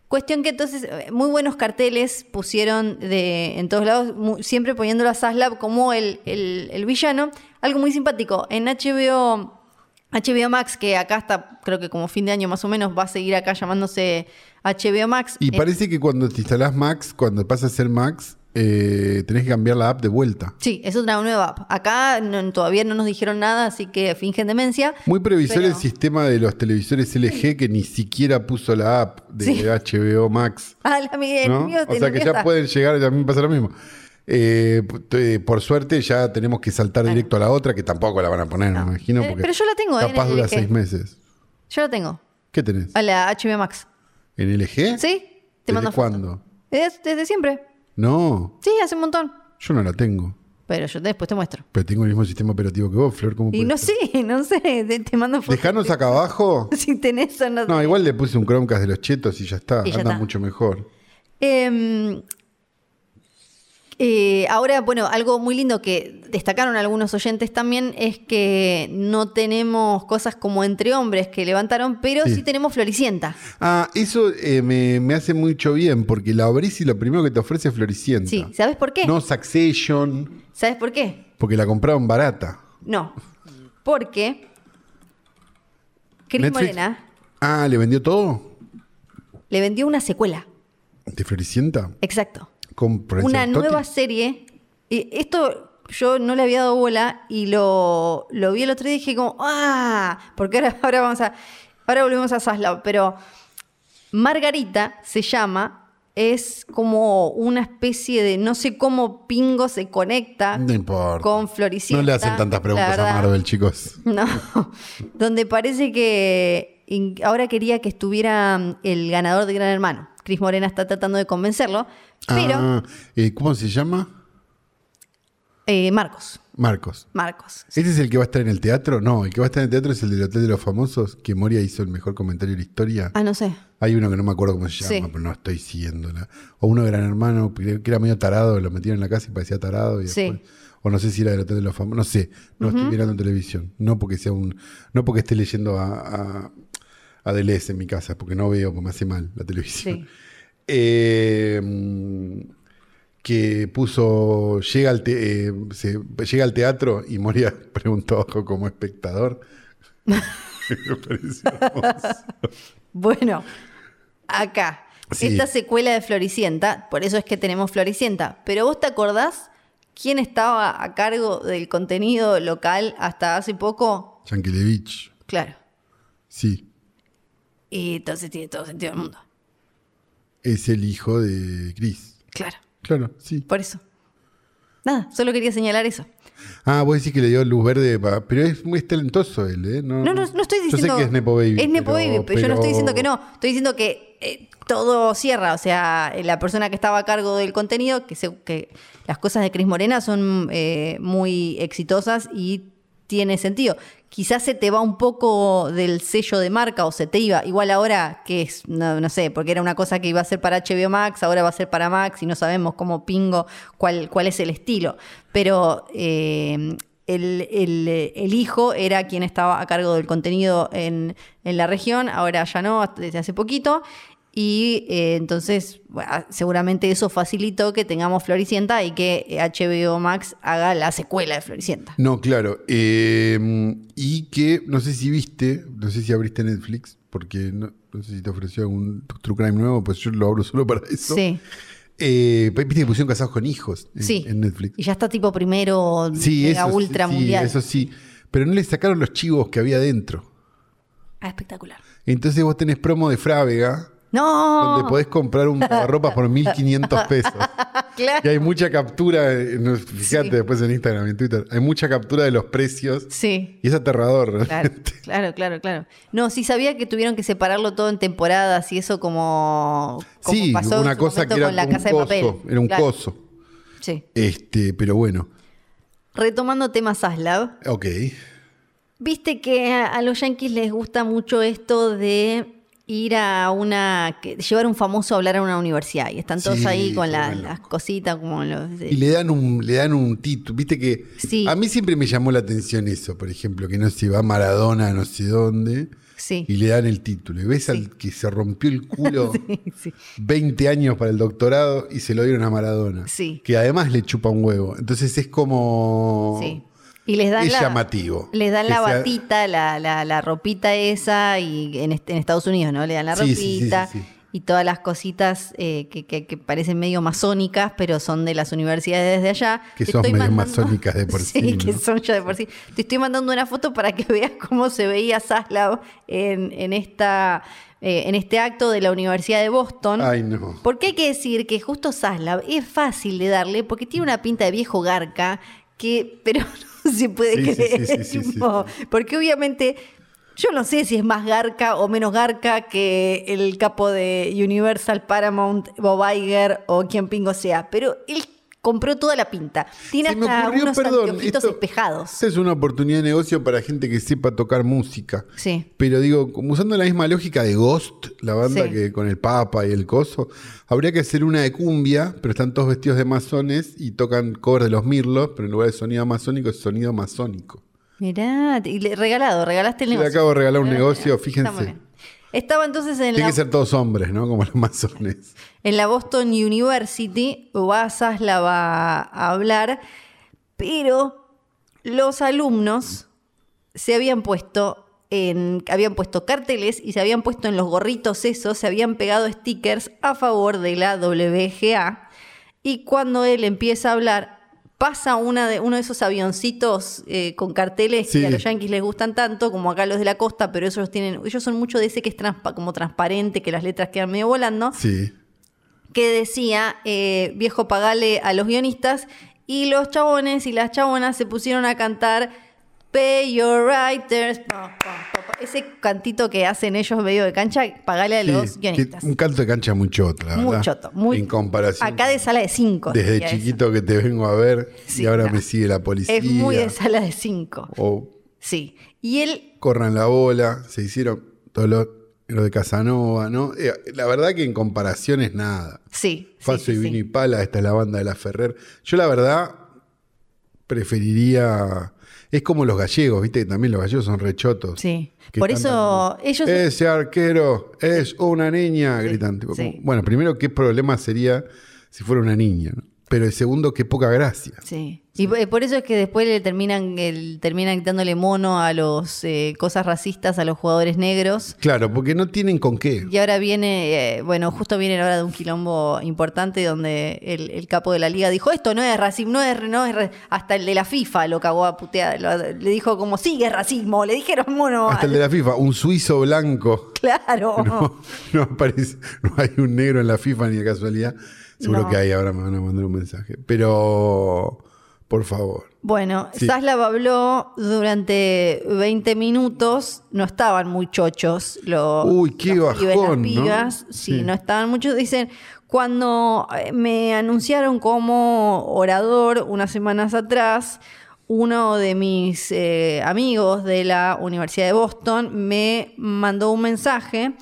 Cuestión que entonces, eh, muy buenos carteles pusieron de, en todos lados, mu- siempre poniéndolo a Zaslav como el, el- el villano. Algo muy simpático. En HBO, HBO Max, que acá está, creo que como fin de año más o menos, va a seguir acá llamándose HBO Max.
Y
Eh,
parece que cuando te instalás Max, cuando pasas a ser Max, eh, tenés que cambiar la app de vuelta.
sí, es una nueva app. Acá no- todavía no nos dijeron nada, así que fingen demencia. [LAUGHS]
Muy previsor
Pero-
el sistema de los televisores LG que ni siquiera puso la app de
Sí.
HBO Max.
Ah, la- mi- el
¿no?
mío-
o
el
sea que
mío
ya
está-
pueden llegar, también pasa lo mismo. Eh, p- te- por suerte ya tenemos que saltar directo a la otra, que tampoco la van a poner, me imagino.
Eh,
Porque
pero yo la tengo, eh,
Capaz
en
dura
LG.
seis meses.
Yo lo tengo.
¿Qué tenés?
A la HBO Max.
¿En
¿Sí?
LG?
Te
¿Desde
mando foto.
cuándo?
Es desde siempre.
No,
Sí, hace un montón.
yo no la tengo.
Pero yo después te muestro.
Pero tengo el mismo sistema operativo que vos, Flor. ¿cómo
Y
puede
no
ser?
sé, [LAUGHS] no sé, te, te mando fotos.
Dejanos
[LAUGHS]
acá abajo.
Si tenés o no.
No, igual le puse un Chromecast de los chetos y ya está.
Y ya
Anda
está.
mucho mejor.
Em, eh, ahora, bueno, algo muy lindo que destacaron algunos oyentes también es que no tenemos cosas como entre hombres que levantaron, pero sí,
Sí.
tenemos Floricienta.
Ah, eso eh, me, me hace mucho bien, porque la abrís y lo primero que te ofrece es Floricienta.
Sí, ¿sabes por qué?
No Succession,
¿Sabes por qué?
porque la compraron barata.
No. Porque Cris
Netflix-
Morena
Ah, ¿le vendió todo?
le vendió una secuela.
¿De Floricienta?
Exacto.
¿Con Florencia
una
Totti?
nueva serie. Y esto yo no le había dado bola y lo, lo vi el otro día y dije como, ¡ah! Porque ahora, [LAUGHS] ahora vamos a. Ahora volvemos a Zaslav, pero Margarita se llama, es como una especie de, no sé cómo Pingo se conecta
No importa.
con Floricienta.
No le hacen tantas
la
preguntas a
verdad.
Marvel, chicos.
[LAUGHS] No, donde parece que in- ahora quería que estuviera mm, el ganador de Gran Hermano. Cris Morena está tratando de convencerlo, pero
Ah, eh, ¿Cómo se llama?
eh, Marcos,
Marcos.
Marcos.
¿Ese es el que va a estar en el teatro? No, el que va a estar en el teatro es el del Hotel de los Famosos, que Moria hizo el mejor comentario de la historia.
Ah, no sé.
Hay uno que no me acuerdo cómo se llama,
Sí.
pero no estoy siguiéndola. O uno de Gran Hermano, que que era medio tarado, lo metieron en la casa y parecía tarado. Y
Sí.
después- o no sé si era del Hotel de los Famosos, no sé. No estoy mirando en televisión. No porque sea un no porque esté leyendo a, a, a Deleuze en mi casa, porque no veo, porque me hace mal la televisión. [LAUGHS]
Sí.
Eh, mm, que puso, llega al, te- eh, se- llega al teatro y Moria [LAUGHS] preguntó abajo como espectador. me pareció hermoso.
Bueno, acá.
Sí.
Esta secuela de Floricienta, por eso es que tenemos Floricienta. Pero vos te acordás quién estaba a cargo del contenido local hasta hace poco?
Yankelevich,
Claro.
sí.
Y entonces tiene todo sentido del mundo.
es el hijo de Chris.
Claro.
Claro, sí.
Por eso. Nada, solo quería señalar eso.
Ah, vos decís que le dio luz verde, pa- pero es muy talentoso él, ¿eh? No,
No, no, no estoy diciendo.
Yo sé que es Nepo Baby.
Es Nepo
pero-
Baby, pero, yo no estoy diciendo que
pero-
no. Estoy diciendo que eh, todo cierra. O sea, eh, la persona que estaba a cargo del contenido, que, se- que las cosas de Cris Morena son eh, muy exitosas y tiene sentido. Quizás se te va un poco del sello de marca o se te iba. Igual ahora que es, no, no sé, porque era una cosa que iba a ser para HBO Max, ahora va a ser para Max y no sabemos cómo pingo cuál, cuál es el estilo. Pero eh, el, el, eh, el hijo era quien estaba a cargo del contenido en, en la región, ahora ya no, hasta- desde hace poquito. Y eh, entonces, bueno, seguramente eso facilitó que tengamos Floricienta y que eh, HBO Max haga la secuela de Floricienta.
No, claro. eh, y que, no sé si viste, no sé si abriste Netflix, porque no, no sé si te ofreció algún True Crime nuevo, pues yo lo abro solo para eso.
Sí,
Eh, viste que pusieron casados con hijos en,
sí.
en Netflix.
Y ya está tipo primero, mega
eso sí,
ultra
sí,
mundial.
Eso sí. Pero no le sacaron los chivos que había dentro.
Ah, espectacular.
Entonces vos tenés promo de Frávega.
¡No!
donde podés comprar un ropa por 1500 pesos. Y
[LAUGHS] Claro.
hay mucha captura, eh, no, fíjate
Sí.
después en Instagram y en Twitter, hay mucha captura de los precios
Sí.
y es aterrador. [LAUGHS]
Claro,
realmente.
claro, claro, claro. No, sí sabía que tuvieron que separarlo todo en temporadas y eso como, como
sí,
pasó en
una
su
cosa que
momento
era
con la
un
casa
coso,
de papel.
era un
Claro.
coso.
Sí.
Este, pero bueno,
Retomando temas Aslav,
ok.
viste que a a los yankees les gusta mucho esto de ir a una. que- llevar un famoso a hablar a una universidad y están todos
Sí,
ahí con
se
la-
vuelven
las cositas como los.
Y le dan un, le dan un título, viste que
Sí.
a mí siempre me llamó la atención eso, por ejemplo, que no se va Maradona a no sé dónde
sí.
y le dan el título. Y ves al que se rompió el culo
[LAUGHS] sí.
20 años para el doctorado y se lo dieron a Maradona.
Sí.
Que además le chupa un huevo. Entonces es como...
Sí. Y les dan
es
la,
llamativo.
Les dan la
Que sea-
batita, la, la- la ropita esa, y en, est- en Estados Unidos, ¿no? Le dan la
Sí, sí, sí,
ropita.
sí, sí.
Y todas las cositas eh, que, que- que parecen medio masónicas, pero son de las universidades de allá.
Que
Te
son
estoy
medio
mandando-
masónicas
[LAUGHS]
de por sí, ¿no?
que son ya de por sí. Te estoy mandando una foto para que [LAUGHS] veas cómo se veía Zaslav en, en esta, eh, en este acto de la Universidad de Boston.
Ay, no.
Porque hay que decir que justo Zaslav es fácil de darle porque tiene una pinta de viejo garca que, pero [LAUGHS] no se puede
Sí, sí,
creer.
sí, sí, sí, sí.
tipo, Porque obviamente yo no sé si es más garca o menos garca que el capo de Universal, Paramount, Bob Iger o quien pingo sea, pero él compró toda la pinta. Tiene
Se me
hasta
ocurrió,
unos
perdón,
anteojitos
esto-
espejados.
Esta es una oportunidad de negocio para gente que sepa tocar música.
Sí.
Pero digo, como usando la misma lógica de Ghost, la banda
Sí.
que con el Papa y el Coso, habría que hacer una de cumbia, pero están todos vestidos de masones y tocan covers de los Mirlos, pero en lugar de sonido masónico es sonido masónico.
Mirá, y le- regalado, regalaste el
Yo le
negocio.
acabo de regalar un
Regalaste el
negocio,
Está muy
fíjense.
bien. Estaba entonces en
Tienen
la
que ser todos hombres, ¿no? Como
[LAUGHS]
los masones.
en la Boston University, Basas la va a hablar, pero los alumnos se habían puesto en, habían puesto carteles y se habían puesto en los gorritos esos, se habían pegado stickers a favor de la WGA. Y cuando él empieza a hablar, pasa una de, uno de esos avioncitos eh, con carteles
Sí.
que a los yanquis les gustan tanto, como acá los de la costa, pero ellos tienen, ellos son mucho de ese que es transpa- como transparente, que las letras quedan medio volando
Sí.
que decía, eh, viejo, pagale a los guionistas, y los chabones y las chabonas se pusieron a cantar Pay Your Writers, pa, pa, pa, pa. ese cantito que hacen ellos medio de cancha, pagale a
Sí,
los
que-
guionistas.
un canto de cancha muy choto, la
Muy
verdad.
choto, muy-
En comparación.
Acá de sala de cinco.
Desde
sería eso.
chiquito que te vengo a ver
Sí,
y ahora
no.
me sigue la policía.
Es muy de sala de cinco.
O
Sí. Y él,
corran la bola, se hicieron todos los, los de Casanova, ¿no? Eh, la verdad que en comparación es nada.
sí. sí,
Faso
sí,
y
sí.
Vino y Pala, esta es la banda de la Ferrer. Yo la verdad preferiría... Es como los gallegos, viste que también los gallegos son rechotos.
Sí.
Que
Por
cantan
eso
como,
ellos...
Ese arquero es una niña,
Sí,
gritan. tipo,
sí.
Bueno, primero, ¿qué problema sería si fuera una niña? no? Pero el segundo, qué poca gracia.
Sí. Y po- por eso es que después le terminan, el, terminan dándole mono a los eh, cosas racistas a los jugadores negros.
Claro, porque no tienen con qué.
Y ahora viene, eh, bueno, justo viene la hora de un quilombo importante donde el, el capo de la liga dijo, esto no es racismo, no es, no es ra-". hasta el de la FIFA lo cagó a putear, lo- le dijo como, sigue racismo, le dijeron mono,
Hasta el de la FIFA, un suizo blanco.
[LAUGHS]
[LAUGHS]
claro.
No, no aparece, no hay un negro en la FIFA ni de casualidad. Seguro
No.
que hay, ahora me van a mandar un mensaje. Pero, por favor.
Bueno,
Sí.
Zaslav habló durante 20 minutos, no estaban muy chochos los,
Uy, qué
los pibes, las
bajón, ¿no?
pibas, sí,
Sí.
no estaban muchos. Dicen, cuando eh, me anunciaron como orador unas semanas atrás, uno de mis eh, amigos de la Universidad de Boston me mandó un mensaje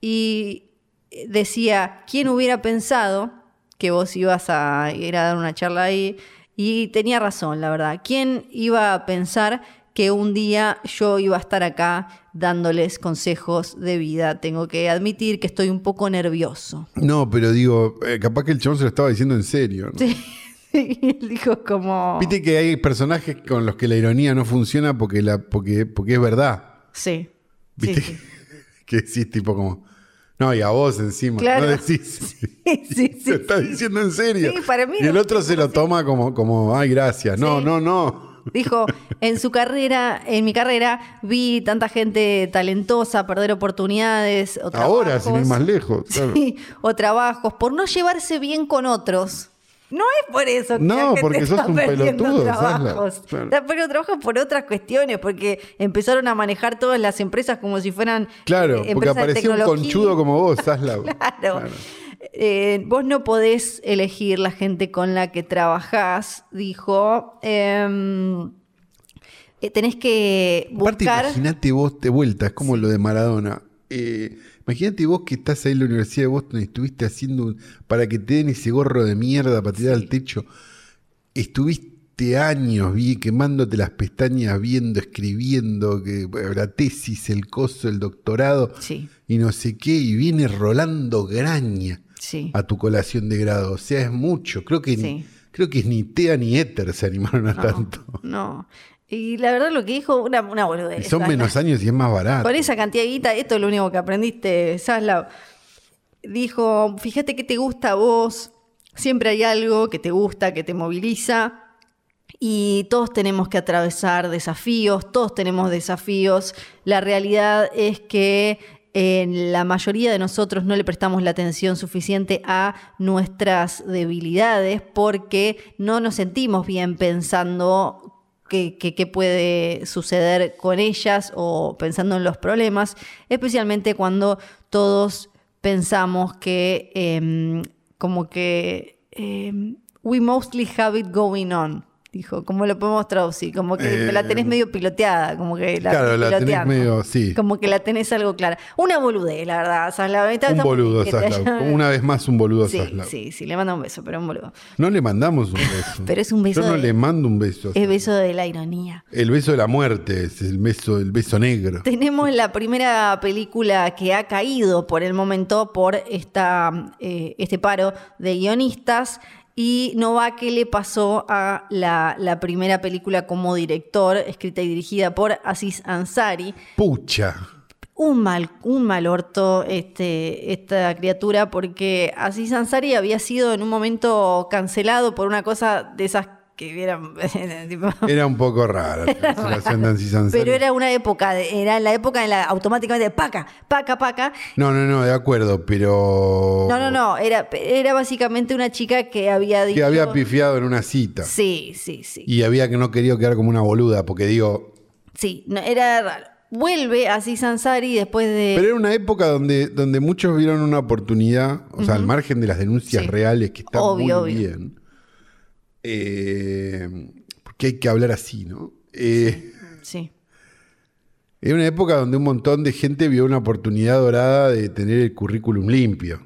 y eh, decía, ¿quién hubiera pensado que vos ibas a ir a dar una charla ahí? Y tenía razón, la verdad. ¿Quién iba a pensar que un día yo iba a estar acá dándoles consejos de vida? Tengo que admitir que estoy un poco nervioso. [LAUGHS]
No, pero digo, eh, capaz que el chabón se lo estaba diciendo en serio. ¿no?
Y él dijo como...
Viste que hay personajes con los que la ironía no funciona porque, la, porque, porque es verdad.
Sí. Sí,
Viste
sí. [LAUGHS]
que decís tipo como, no, y a vos encima.
Claro.
No [LAUGHS] decís.
Sí, sí,
Se
sí.
lo está diciendo en serio.
Sí, para mí
y el
no-
otro se lo toma como, como ay, gracias. No,
Sí.
no, no.
Dijo, en su carrera, en mi carrera, vi tanta gente talentosa perder oportunidades. O
Ahora, sin ir
trabajos".
más lejos. claro.
Sí, [LAUGHS] o trabajos, por no llevarse bien con otros. No es por eso que
No,
la gente
porque
está
sos un
perdiendo
pelotudo,
trabajos.
Sasla. Claro.
Está perdiendo trabajos por otras cuestiones, porque empezaron a manejar todas las empresas como si fueran
Claro,
eh,
porque
empresas de
apareció un
tecnología.
conchudo como vos, Zaslav.
[LAUGHS] Claro. Eh, vos no podés elegir la gente con la que trabajás, dijo. Em, eh, tenés que
Aparte,
buscar.
imagínate vos de vuelta, es como lo de Maradona. Eh, imagínate vos que estás ahí en la Universidad de Boston y estuviste haciendo un- para que te den ese gorro de mierda para tirar al techo. Estuviste años vi, quemándote las pestañas, viendo, escribiendo, que, la tesis, el coso, el doctorado
Sí,
y no sé qué, y viene Rolando Graña
sí.
a tu colación de grado. O sea, es mucho. Creo que, ni,
Sí.
creo que ni Tea ni Éter se animaron a tanto.
No. Y la verdad lo que dijo, una, una
Y
boludez.
son menos años y es más barato.
Con esa cantidad de guita, esto es lo único que aprendiste, Saslav. Dijo, fíjate que te gusta a vos, siempre hay algo que te gusta, que te moviliza. Y todos tenemos que atravesar desafíos, todos tenemos desafíos. La realidad es que eh, la mayoría de nosotros no le prestamos la atención suficiente a nuestras debilidades porque no nos sentimos bien pensando qué, qué- qué puede suceder con ellas o pensando en los problemas, especialmente cuando todos pensamos que em, como que em, we mostly have it going on. Dijo, ¿cómo lo podemos traducir? Como que
Eh,
la tenés medio piloteada, como que la,
claro, la tenés
piloteando.
medio- sí.
Como que la tenés algo clara. Una boludez, la verdad. o sea, la verdad,
Un
está muy bien
boludo,
que te
Zaslav.
haya-
Una vez más, un boludo,
[LAUGHS] Sí,
Zaslav.
sí, sí, le mando un beso, pero un boludo.
No le mandamos un beso.
[LAUGHS] Pero es un beso
Yo no
de-
le mando un beso.
Es beso de la ironía.
El beso de la muerte es el beso, el beso negro.
Tenemos la primera película que ha caído por el momento por esta, eh, este paro de guionistas. Y no va qué le pasó a la, la primera película como director, escrita y dirigida por Aziz Ansari.
Pucha.
un mal, un mal orto este, esta criatura, porque Aziz Ansari había sido en un momento cancelado por una cosa de esas que eran. [LAUGHS] tipo,
Era un poco rara
[LAUGHS]
la cancelación de Nancy Sansari.
pero era una época, de- era la época en la automáticamente de paca, paca, paca.
No, no, no, de acuerdo, pero.
No, no, no, era, era básicamente una chica que había dicho.
Que había pifiado en una cita.
Sí, sí, sí.
Y había que no quería quedar como una boluda, porque digo.
Sí, no, era raro. Vuelve Aziz Ansari después de.
Pero era una época donde, donde muchos vieron una oportunidad, o sea, al margen de las denuncias
Sí.
reales que están muy
Obvio, obvio.
bien. Eh, porque hay que hablar así, ¿no? Eh,
Sí.
Era una época donde un montón de gente vio una oportunidad dorada de tener el currículum limpio,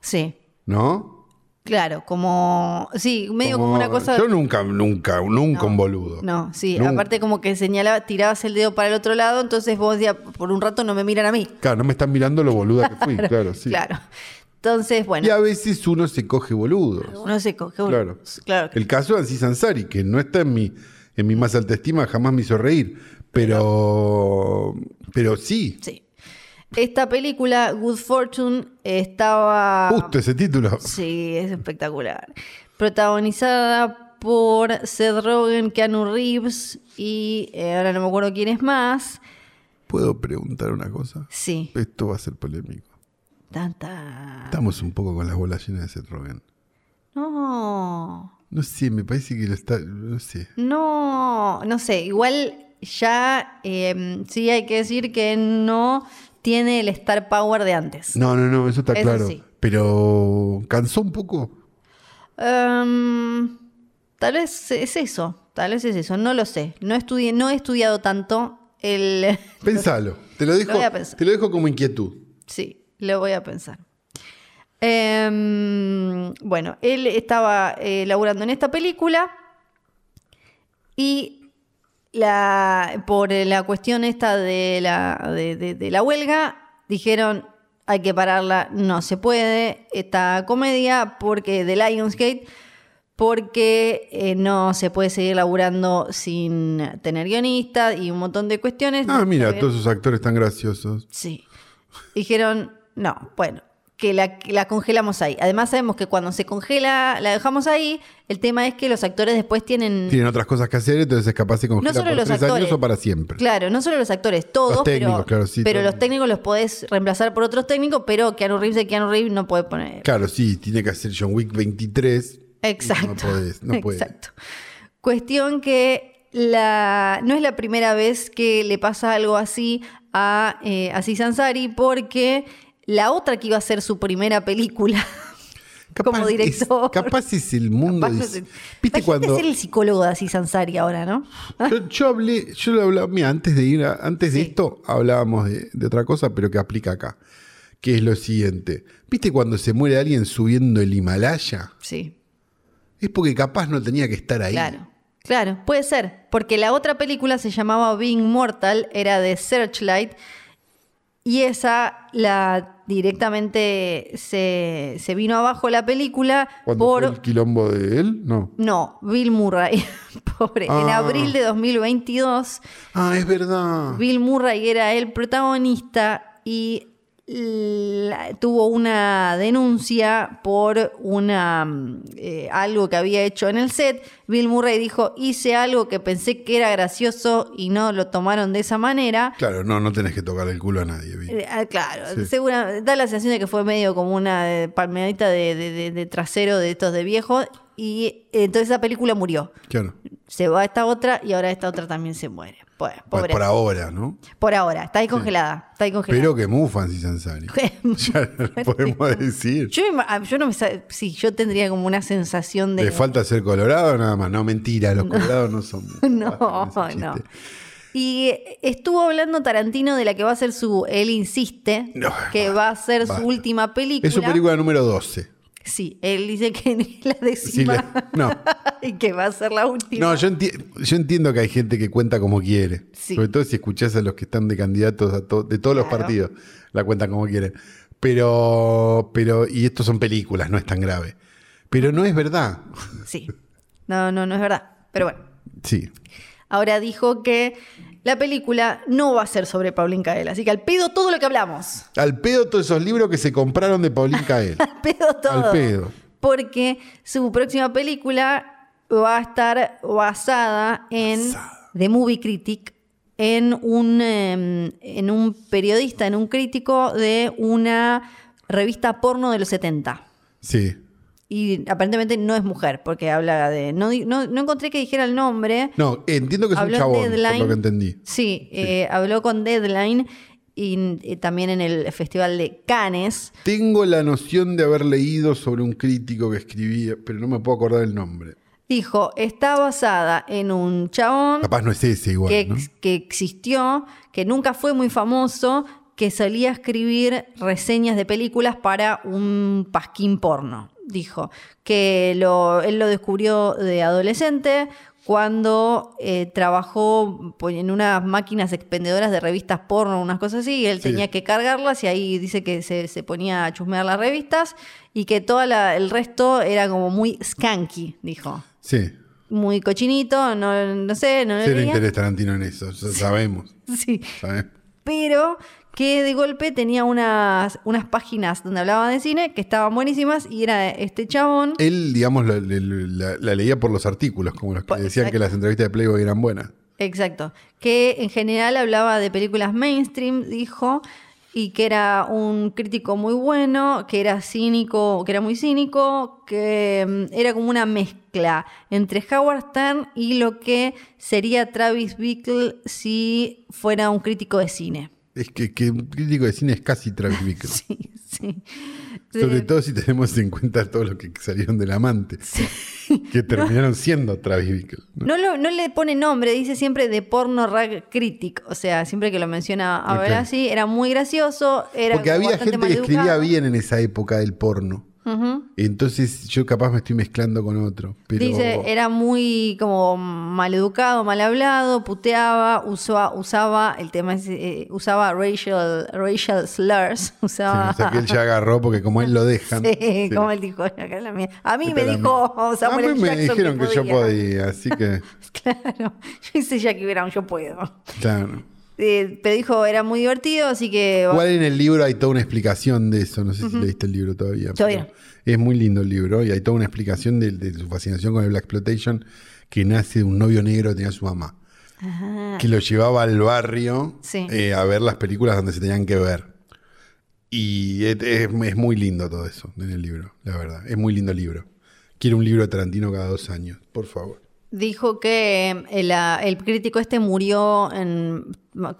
Sí.
¿no?
Claro, como. Sí, medio como, una cosa.
Yo nunca, nunca, nunca un boludo.
No, sí,
Nunca.
aparte como que señalaba, tirabas el dedo para el otro lado, entonces vos decías, por un rato no me miran a mí.
Claro, no me están mirando lo boluda que
[LAUGHS]
fui, claro, sí.
Claro. Entonces,
Y
bueno,
a veces uno se coge boludos.
uno se coge un-
Claro.
claro.
El caso de Ansi Sansari, que no está en mi, en mi más alta estima, jamás me hizo reír. Pero, pero sí,
Sí. Esta película, Good Fortune, estaba...
justo ese título.
Sí, es espectacular. Protagonizada por Seth Rogen, Keanu Reeves y eh, ahora no me acuerdo quién es más.
¿Puedo preguntar una cosa?
Sí.
Esto va a ser polémico.
Tanta...
Estamos un poco con las bolas llenas de Seth Rogen.
No.
No sé, me parece que lo está. No sé.
No, no sé, igual ya eh, sí hay que decir que no tiene el star power de antes.
No, no, no, eso está
Eso
claro.
sí.
Pero. ¿Cansó un poco?
Em, tal vez es eso, tal vez es eso, no lo sé. No, estudié, no he estudiado tanto el...
Pensalo. Te lo dejo,
voy a pensar.
te lo dejo como inquietud.
Sí, lo voy a pensar. Em, bueno, él estaba eh, laburando en esta película y la, por la cuestión esta de la, de, de- de la huelga, dijeron hay que pararla, no se puede esta comedia porque de Lionsgate porque eh, no se puede seguir laburando sin tener guionistas y un montón de cuestiones.
Ah, mira,
También-
todos esos actores tan graciosos.
Sí. Dijeron, no, bueno, que la, que la congelamos ahí. Además sabemos que cuando se congela, la dejamos ahí, el tema es que los actores después tienen...
Tienen otras cosas que hacer, entonces capaz se congela
No solo
por
los
tres
actores.
años o para siempre.
Claro, no solo los actores, todos,
Los técnicos,
pero,
claro, sí,
pero
todo.
los técnicos los podés reemplazar por otros técnicos, pero Keanu Reeves de Keanu Reeves no puede poner.
Claro, sí, tiene que hacer John Wick 23.
Exacto.
No podés, no puede.
Exacto. Cuestión que la, no es la primera vez que le pasa algo así a eh, Aziz Ansari, porque la otra que iba a ser su primera película como
es-
director.
capaz es el mundo.
Capaz no
es-
sé.
Viste
Imagínate
cuando.
ser el psicólogo de Aziz Ansari ahora, ¿no?
Yo, yo hablé, yo lo hablaba, mira, antes de ir, a- antes de
Sí.
esto hablábamos de, de otra cosa, pero que aplica acá, que es lo siguiente. ¿Viste cuando se muere alguien subiendo el Himalaya?
Sí,
Es porque capaz no tenía que estar ahí.
claro. Claro, puede ser. Porque la otra película se llamaba Being Mortal, era de Searchlight. Y esa la directamente se, se vino abajo la película
Cuando
por.
fue el quilombo de él, no.
No, Bill Murray. [LAUGHS] Pobre. En
Ah.
abril de 2022
Ah, es verdad.
Bill Murray era el protagonista y la- tuvo una denuncia por una mm, eh, algo que había hecho en el set. Bill Murray dijo, hice algo que pensé que era gracioso y no lo tomaron de esa manera.
Claro, no, no tenés que tocar el culo a nadie. Vic.
Eh, ah, claro,
Sí.
segura- da la sensación de que fue medio como una eh, palmeadita de, de- de- de trasero de estos de viejo y eh, entonces esa película murió.
Claro.
Se va esta otra y ahora esta otra también se muere. Pues,
Por,
pobre.
por ahora, ¿no?
Por ahora, está ahí congelada. Está ahí congelada.
Pero que mufan si Sansari.
[LAUGHS]
ya lo podemos decir.
yo, me ima- ah, yo no me sa- sí, yo tendría como una sensación de.
Le falta ser colorado nada más. No, mentira, los colorados no son.
[LAUGHS] no,
Basta con ese
no.
chiste.
Y estuvo hablando Tarantino de la que va a ser su. Él insiste
No,
que va a ser
basta.
su última película.
Es su película número 12.
Sí, él dice que [LAUGHS] es la
Sí, le-
décima.
no,
[LAUGHS] y que va a ser la última.
no yo, enti- yo entiendo que hay gente que cuenta como quiere.
Sí.
Sobre todo si escuchás a los que están de candidatos a to- de todos los
Claro.
partidos, la cuentan como quieren. Pero, pero, y estos son películas, no es tan grave. Pero no es verdad.
Sí. No, no, no es verdad. Pero bueno.
Sí.
Ahora dijo que la película no va a ser sobre Paulín Cael. Así que al pedo todo lo que hablamos. [LAUGHS]
Al pedo todos esos libros que se compraron de Paulín Cael.
Al pedo todo.
Al pedo.
Porque su próxima película va a estar basada en The Movie Critic, en un, eh, en un periodista, en un crítico de una revista porno de los 70.
Sí.
Y aparentemente no es mujer, porque habla de. No, di- no, no encontré que dijera el nombre.
No, entiendo que es
Habló en
un chabón, por
Deadline.
lo que entendí.
Sí, eh, habló con Deadline y eh, también en el Festival de Cannes.
Tengo la noción de haber leído sobre un crítico que escribía, pero no me puedo acordar el nombre.
Dijo: está basada en un chabón
Capaz no es ese igual,
que,
¿no?
ex- que existió, que nunca fue muy famoso, que solía escribir reseñas de películas para un pasquín porno. Dijo que lo- él lo descubrió de adolescente cuando eh, trabajó pues, en unas máquinas expendedoras de revistas porno, unas cosas así, y él
Sí.
tenía que cargarlas y ahí dice que se, se ponía a chusmear las revistas y que todo el resto era como muy skanky, dijo.
Sí.
Muy cochinito, no, no sé, no lo
Cero
leía.
interés Tarantino en eso, ya sabemos.
[LAUGHS] Sí,
sabemos.
pero que de golpe tenía unas, unas páginas donde hablaba de cine que estaban buenísimas y era este chabón.
Él, digamos, la, la- la- la leía por los artículos, como los que
Por-
decían que las entrevistas de Playboy eran buenas.
Exacto. Que en general hablaba de películas mainstream, dijo, y que era un crítico muy bueno, que era cínico, que era muy cínico, que mm, era como una mezcla entre Howard Stern y lo que sería Travis Bickle si fuera un crítico de cine. [LAUGHS]
Es que, que un crítico de cine es casi Travis Bickle.
Sí, [LAUGHS] sí.
Sobre todo si tenemos en cuenta todos los que salieron del amante, que terminaron siendo Travis Bickle. ¿no?
No, lo- no le pone nombre, dice siempre de porno rag critic. O sea, siempre que lo menciona a
Ok.
ver así, era muy gracioso. Era
Porque había
bastante
gente que escribía
maleducado.
bien en esa época del porno.
Ujú.
Entonces yo capaz me estoy mezclando con otro. Pero
Dice, era muy como maleducado, mal hablado, puteaba, usaba, usaba el tema, es, eh, usaba racial, racial slurs, [LAUGHS]
Sí,
usaba.
o sea, que él
[LAUGHS]
ya agarró porque como él lo dejan.
Sí,
sí.
como él dijo, acá la mía. A mí
Esta
me
era
dijo
mía.
Samuel
A mí
L.
me
Jackson que
dijeron que, yo podía, así que,
[LAUGHS] Claro, yo hice Jackie Brown, yo puedo.
claro.
Eh, pero dijo, era muy divertido, así que...
Igual en el libro hay toda una explicación de eso. No sé si leíste el libro todavía.
Todavía
pero Es muy lindo el libro y hay toda una explicación de, de su fascinación con el Black Exploitation que nace de un novio negro que tenía su mamá.
Ajá.
que lo llevaba al barrio
Sí.
eh, a ver las películas donde se tenían que ver. Y es, es- es muy lindo todo eso en el libro, la verdad. Es muy lindo el libro. Quiero un libro de Tarantino cada dos años, por favor.
Dijo em, ah, que eh, la- el crítico este murió en-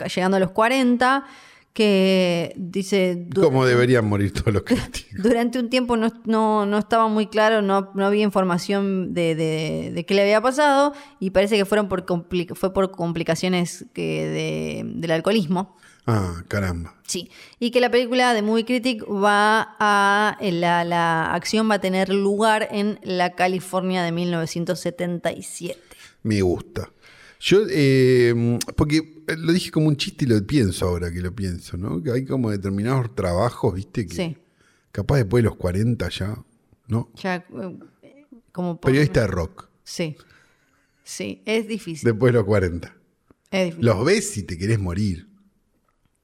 llegando a los 40, que dice... du-
Como deberían morir todos los [LAUGHS] críticos.
Durante un tiempo no, no, no estaba muy claro, no, no había información de, de- de qué le había pasado y parece que fueron por compli- fue por complicaciones que de- del alcoholismo.
Ah, caramba.
Sí, y que la película de Movie Critic va a. eh, La, la acción va a tener lugar en la California de 1977.
Me gusta. Yo, eh, porque lo dije como un chiste y lo pienso ahora que lo pienso, ¿no? Que hay como determinados trabajos, ¿viste? Que
Sí.
Capaz después de los 40 ya, ¿no?
Ya, eh, como por-
Periodista de rock,
Sí. Sí, es difícil.
después de los 40.
es difícil.
Los ves si te querés morir.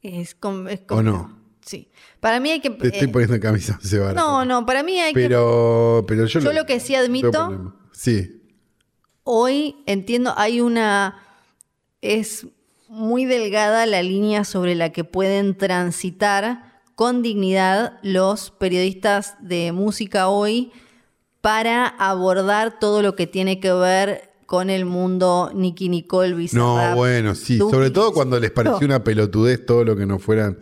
Es com- es
¿O no?
complicado. Sí. Para mí hay que.
Te estoy
eh,
poniendo camisa se va
no, no, para mí hay que
Pero, pero yo,
Yo lo que sí admito-
no tengo problema. Sí.
hoy entiendo, hay una. Es muy delgada la línea sobre la que pueden transitar con dignidad los periodistas de música hoy para abordar todo lo que tiene que ver con el mundo Nicky Nicole,
No,
Bizarrap,
bueno, sí. Sobre
Duki.
todo cuando les pareció una pelotudez todo lo que no fueran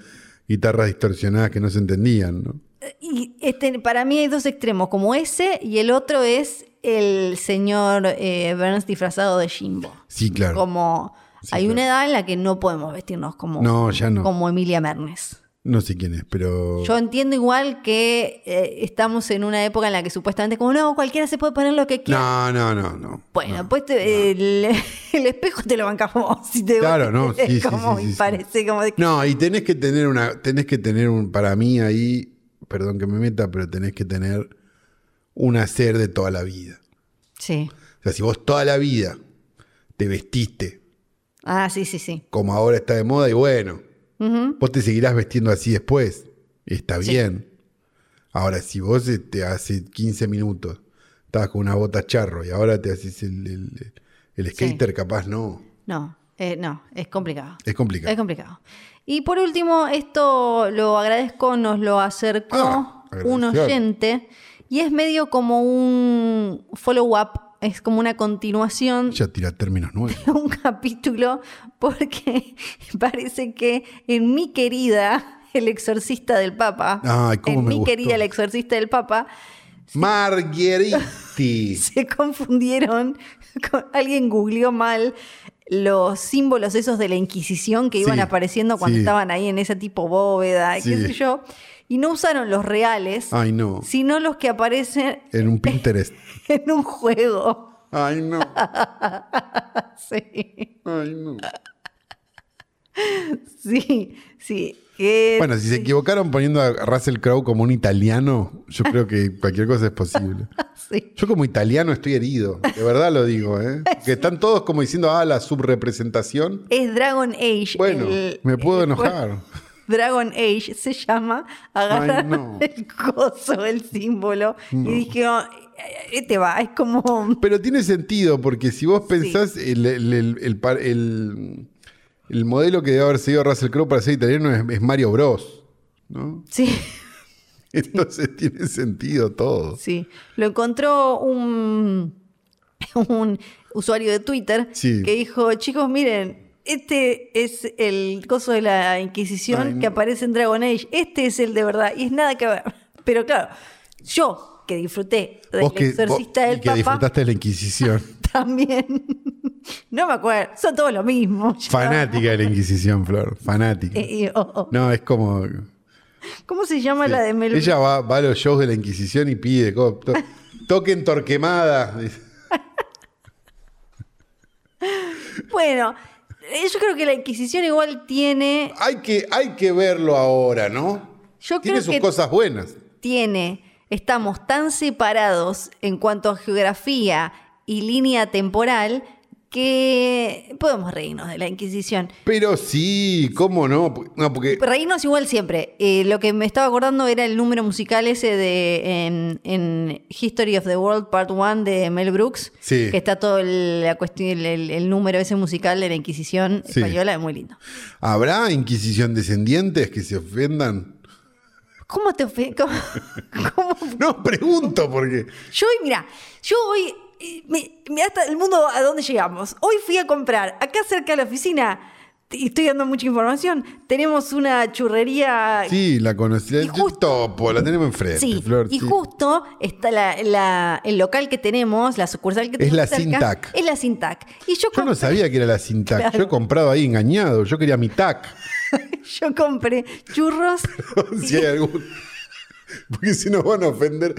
guitarras distorsionadas que no se entendían, ¿no?
Y este, para mí hay dos extremos, como ese y el otro es el señor eh, Burns disfrazado de Jimbo.
Sí, claro.
Como
Sí,
hay
claro.
una edad en la que no podemos vestirnos como,
No, ya no. Oh.
como Emilia Mernes.
No sé quién es, pero.
Yo entiendo igual que eh, estamos en una época en la que supuestamente como no, cualquiera se puede poner lo que quiera.
no, no, no, no.
Bueno, pues te- el, [LAUGHS] el espejo te lo bancas vos. Si te [LAUGHS]
Claro, no, sí, sí,
como
sí, sí, sí.
parece como de-
No, y tenés que tener una. Tenés que tener un. Para mí ahí. Perdón que me meta, pero tenés que tener un hacer de toda la vida.
Sí.
O sea, si vos toda la vida te vestiste
Ah, sí, sí, sí.
como ahora está de moda, y bueno,
Ujú.
vos te seguirás vestiendo así después. Está
Sí.
bien. Ahora, si vos este, hace 15 minutos estabas con una bota charro y ahora te haces el, el- el skater, capaz no.
No, eh, no, es complicado.
Es complicado.
Es complicado. Y por último, esto lo agradezco, nos lo acercó
Ah,
un
agradecer.
oyente y es medio como un follow-up, es como una continuación
Ya tira términos nuevos.
de un capítulo porque [LAUGHS] parece que en mi querida El exorcista del Papa,
Ay, cómo
en
me
mi
gustó.
querida El exorcista del Papa, [LAUGHS]
Margheriti.
se confundieron, con- alguien googleó mal los símbolos esos de la Inquisición que iban
Sí,
apareciendo cuando
sí.
estaban ahí en ese tipo bóveda, y qué
Sí.
sé yo, y no usaron los reales,
Ay, no.
sino los que aparecen [LAUGHS]
En un Pinterest.
en un juego. [LAUGHS]
Ay, no.
Sí,
Ay, no.
sí, sí. que-
Bueno, si se equivocaron poniendo a Russell Crowe como un italiano, yo creo que cualquier cosa es posible.
[LAUGHS] sí.
Yo como italiano estoy herido, de verdad lo digo, ¿eh? Que están todos como diciendo, ah, la subrepresentación.
Es Dragon Age.
Bueno,
el-
me puedo
el juego-
enojar.
Dragon Age se llama, agarraron
no.
[LAUGHS] el coso, el símbolo, y dijeron, este va, es como... [LAUGHS]
Pero tiene sentido, porque si vos pensás el, el- el- el par- el- el modelo que debe haber seguido Russell Crowe para ser italiano es, es Mario Bros, ¿no?
Sí,
[LAUGHS] Entonces tiene sentido todo.
sí. Lo encontró un, un usuario de Twitter
Sí.
que dijo, chicos, miren, este es el coso de la Inquisición
Ay, no.
que aparece en Dragon Age. Este es el de verdad. Y es nada que ver. Pero claro, yo que disfruté del
Vos que,
exorcista
vos-
del
y que
Papa,
disfrutaste de
[LAUGHS]
la Inquisición.
también. no me acuerdo. Son todos lo mismo.
[LAUGHS]
ya.
Fanática de la Inquisición, Flor. Fanática.
Eh, eh, oh, oh.
No, es como...
¿Cómo se llama la de Mel
Ella va, va a los shows de la Inquisición y pide, co-
[LAUGHS]
to- toquen Torquemada. dice.
Bueno, eh, yo creo que la Inquisición igual tiene,
Hay que, hay que verlo ahora, ¿no?
Yo
Tiene
creo
sus
que-
cosas buenas.
tiene, estamos tan separados en cuanto a geografía y línea temporal que podemos reírnos de la Inquisición.
Pero sí, ¿cómo no? Porque- No, porque
Reírnos igual siempre. Eh, lo que me estaba acordando era el número musical ese de en, en History of the World Part 1 de Mel Brooks,
Sí.
que está todo el, la cuestión, el, el- el número ese musical de la Inquisición
Sí.
española, es muy lindo.
¿habrá Inquisición descendientes que se ofendan?
¿Cómo te ofen-
[LAUGHS]
cómo- cómo
No, pregunto, porque
Yo hoy, mira, yo hoy, eh, me, me hasta el mundo a dónde llegamos. Hoy fui a comprar, acá cerca de la oficina, y estoy dando mucha información. Tenemos una churrería.
Sí, la conocí.
Y justo-
Topo, la tenemos enfrente,
Sí,
Este, Flor.
y
sí.
justo está la, la- el local que tenemos, la sucursal que
Es
tenemos.
la
cerca,
Sintac.
Es la Sintac. Y yo,
Yo no
compré-
sabía que era la Sintac. Yo he comprado ahí engañado. Yo quería mi TAC. [LAUGHS]
[LAUGHS] yo compré churros
si hay algún. Porque si nos van a ofender.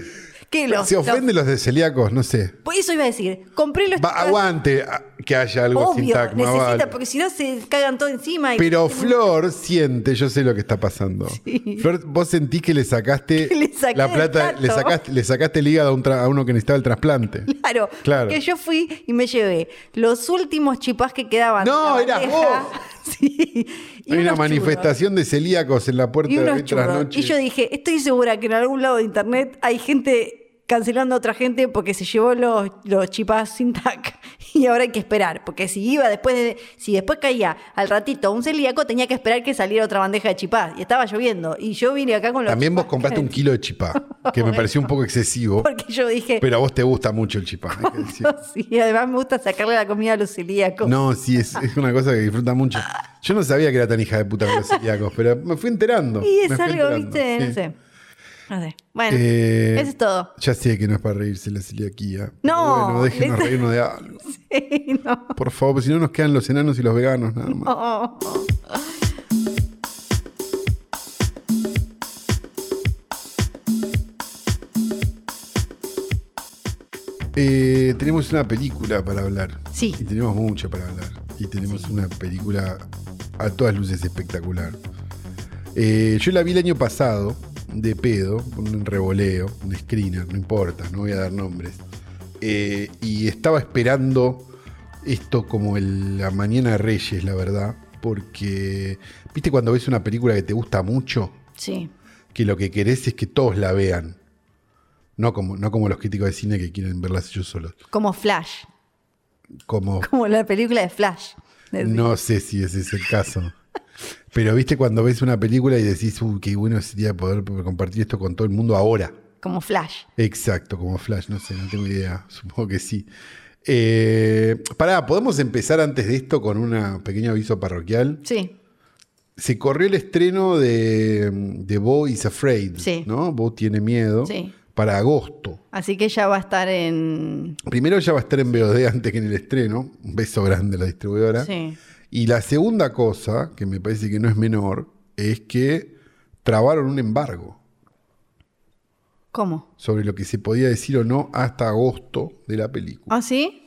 que los.
Se ofenden los de celíacos, no sé.
Por eso iba a decir, compré los
Va,
churros-
aguante a- que haya algo
Obvio,
sin TAC, más
necesita,
vale.
porque si no se cagan todo encima. y-
Pero Flor siente, yo sé lo que está pasando.
Sí.
Flor, vos sentís que le sacaste
Que [LAUGHS] le saqué
la
el
plata, le
plato.
sacaste, le sacaste el hígado a, un tra- a uno que necesitaba el trasplante.
[LAUGHS] Claro,
Claro.
que yo fui y me llevé los últimos chipás que quedaban. de
No,
la
eras
bandeja.
vos.
[LAUGHS] Sí. [LAUGHS] y
Hay una
unos churros.
manifestación de celíacos en la puerta
Y
de hoy
unos
tras
churros.
noche.
Y yo dije, estoy segura que en algún lado de internet hay gente cancelando a otra gente porque se llevó los, los chipás sin tac. [LAUGHS] Y ahora hay que esperar, porque si iba después de, si después caía al ratito un celíaco, tenía que esperar que saliera otra bandeja de chipás. Y estaba lloviendo. Y yo vine acá con los
También vos
chipás
compraste
[LAUGHS]
un kilo de chipá, que me pareció un poco excesivo,
Porque yo dije,
pero a vos te gusta mucho el chipá. hay que decir.
[LAUGHS] sí, además me gusta sacarle la comida a los celíacos.
No, sí, es, es una cosa que disfruta mucho. Yo no sabía que era tan hija de puta con los celíacos, pero me fui enterando.
[LAUGHS] Y es
me fui
algo,
enterando,
viste,
sí.
no sé. No sé. Bueno,
Eh,
eso es todo. [LAUGHS]
Ya sé que no es para reírse la celiaquía.
No,
pero Bueno, déjenos
¿viste?
reírnos de algo.
Sí, no.
Por favor, si no nos quedan los enanos y los veganos nada más.
Oh.
Eh, tenemos una película para hablar.
Sí.
Y tenemos mucho para hablar. Y tenemos una película a todas luces espectacular. Eh, yo la vi el año pasado, de pedo, con un revoleo, un screener, no importa, no voy a dar nombres. Eh, y estaba esperando esto como el- la mañana de Reyes, la verdad. Porque, viste, cuando ves una película que te gusta mucho,
Sí.
que lo que querés es que todos la vean. No como, no como los críticos de cine que quieren verlas ellos solos.
Como Flash.
Como
Como la película de Flash. Es-
No sé si ese es el caso. Pero viste cuando ves una película y decís, uy, qué bueno sería poder compartir esto con todo el mundo ahora.
Como Flash.
Exacto, como Flash, no sé, no tengo idea, [LAUGHS] supongo que sí. Eh, pará, ¿podemos empezar antes de esto con un pequeño aviso parroquial?
Sí.
Se corrió el estreno de, de Bo is Afraid,
Sí.
¿no? Bo tiene miedo,
Sí.
para agosto.
Así que ya va a estar en.
Primero ya va a estar en VOD antes que en el estreno, un beso grande a la distribuidora.
Sí.
Y la segunda cosa, que me parece que no es menor, es que trabaron un embargo
¿Cómo?
sobre lo que se podía decir o no hasta agosto de la película.
¿Ah, sí?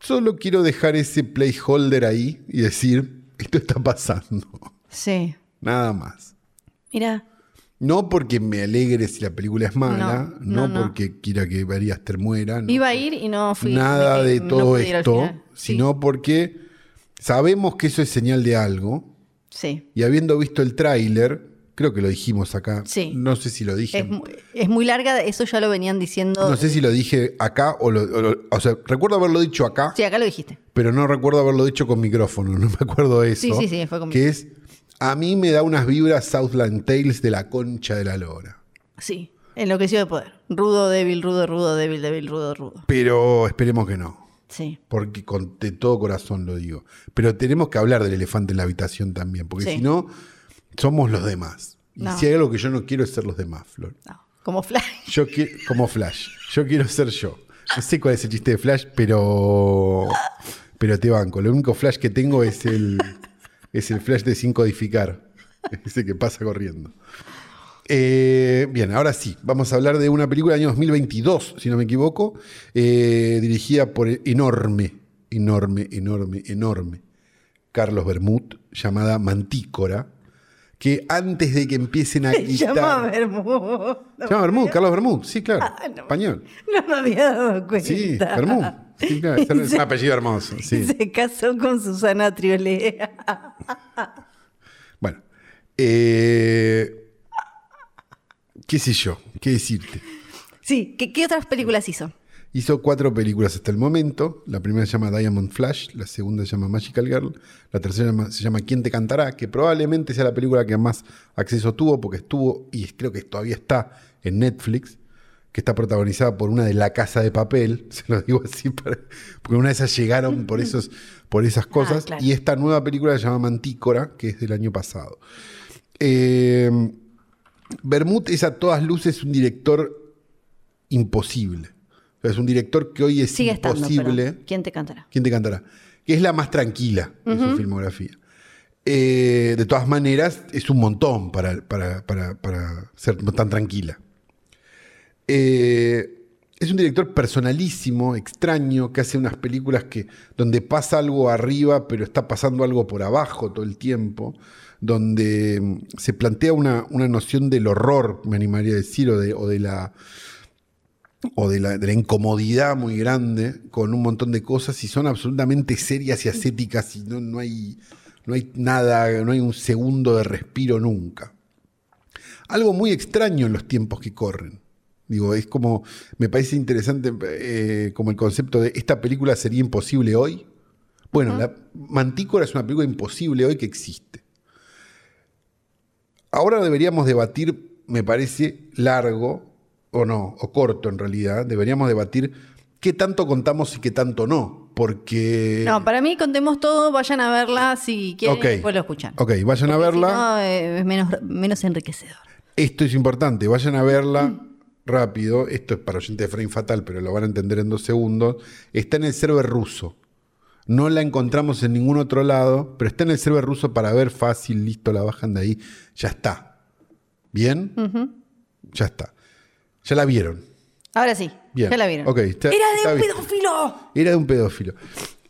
Solo quiero dejar ese placeholder ahí y decir, esto está pasando, [LAUGHS]
Sí.
nada más.
Mira.
No porque me alegre si la película es mala, no,
No, no, no.
porque quiera que Ari Aster muera, no
Iba a ir y no fui.
nada
me-
de
no
todo
pude ir al
esto,
final. Sí.
sino porque sabemos que eso es señal de algo,
Sí.
Y habiendo visto el tráiler, creo que lo dijimos acá.
Sí.
No sé si lo dije.
Es, mu- es muy larga, eso ya lo venían diciendo.
No sé si lo dije acá o lo, o lo- o sea, recuerdo haberlo dicho acá,
Sí, acá lo dijiste.
pero no recuerdo haberlo dicho con micrófono, [LAUGHS] no me acuerdo de eso.
Sí, sí, sí, fue con
Que es, a mí me da unas vibras Southland Tales de la concha de la lora.
Sí. Enloquecido de poder. Rudo, débil, rudo, rudo, débil, débil, rudo, rudo.
Pero esperemos que no,
Sí.
porque con, de todo corazón lo digo. Pero tenemos que hablar del elefante en la habitación también, porque
Sí.
si no, somos los demás. Y
No.
si hay algo que yo no quiero es ser los demás, Flor.
No. Como Flash. [LAUGHS]
Yo qui- como Flash. Yo quiero ser yo. No sé cuál es el chiste de Flash, pero. Pero te banco. Lo único Flash que tengo es el. Es el Flash de sin codificar. Ese que pasa corriendo. Eh, bien, ahora sí. Vamos a hablar de una película del año 2022, si no me equivoco. eh, dirigida por el enorme, enorme, enorme, enorme Carlos Bermud, llamada Mantícora. Que antes de que empiecen a gritar.
Llama a Bermud.
Se llama Bermud, Carlos Bermud, sí, claro.
Ah, no.
Español.
No me había dado cuenta.
Sí, Bermud. Sí, claro. Es un- Es un apellido hermoso.
[LAUGHS]
Sí.
Se casó con Susana Triolea.
Bueno. eh, ¿Qué sé yo? ¿Qué decirte?
Sí, ¿qué, qué otras películas hizo?
Hizo cuatro películas hasta el momento. La primera se llama Diamond Flash, la segunda se llama Magical Girl, la tercera llama- se llama ¿Quién te cantará? Que probablemente sea la película que más acceso tuvo porque estuvo y creo que todavía está en Netflix. que está protagonizada por una de La Casa de Papel, [LAUGHS] se lo digo así, para- porque una de esas llegaron por, esos, por esas cosas,
claro.
y esta nueva película se llama Mantícora, que es del año pasado. Eh, Bermud es a todas luces un director imposible. O sea, es un director que hoy es
Sigue estando.
imposible.
pero ¿Quién te cantará?
¿Quién te cantará? Que es la más tranquila de su filmografía. Eh, de todas maneras, es un montón para, para- para- para ser tan tranquila. Eh, es un director personalísimo, extraño, que hace unas películas que, donde pasa algo arriba, pero está pasando algo por abajo todo el tiempo, donde mm, se plantea una, una noción del horror, me animaría a decir, o de- o de la o de la, de la incomodidad muy grande con un montón de cosas y son absolutamente serias y ascéticas y no, no hay, no hay nada, no hay un segundo de respiro nunca. Algo muy extraño en los tiempos que corren. Digo, es como, me parece interesante eh, como el concepto de esta película sería imposible hoy. Bueno, la Mantícora es una película imposible hoy que existe. Ahora deberíamos debatir, me parece largo, o no, o corto en realidad, deberíamos debatir qué tanto contamos y qué tanto no, porque...
No, para mí contemos todo, vayan a verla si quieren
Eh. Ok.
y después lo escuchan.
Ok, vayan a verla.
Si no, eh, es menos, menos enriquecedor.
Esto es importante, vayan a verla
Mm.
rápido. Esto es para oyente de Frame Fatal, pero lo van a entender en dos segundos. Está en el server ruso. No la encontramos en ningún otro lado, pero está en el server ruso para ver fácil, listo, la bajan de ahí. Ya está. ¿Bien? Ya está. Ya la vieron.
Ahora sí,
Bien.
ya la vieron.
Ok, está-
¡Era de
está
un
bien.
pedófilo!
Era de un pedófilo.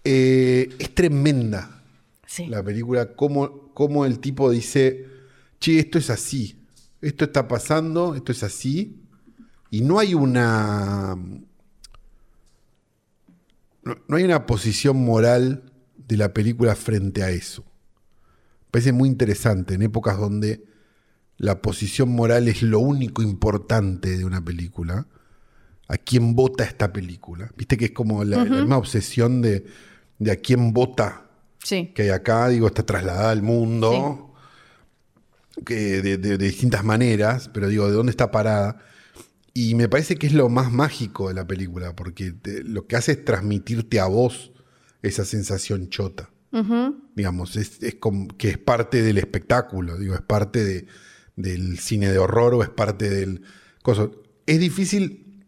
Eh, es tremenda
Sí.
la película, cómo, cómo el tipo dice, che, esto es así, esto está pasando, esto es así, y no hay una... No, no hay una posición moral de la película frente a eso. Me Parece muy interesante en épocas donde la posición moral es lo único importante de una película. ¿A quién vota esta película? Viste que es como la, la misma obsesión de, de a quién vota
Sí.
que hay acá, digo, está trasladada al mundo que de, de- de distintas maneras, pero digo, ¿de dónde está parada? Y me parece que es lo más mágico de la película, porque te- lo que hace es transmitirte a vos esa sensación chota. Digamos, es, es como que es parte del espectáculo, digo, es parte de- del cine de horror o es parte del. Cosa. Es difícil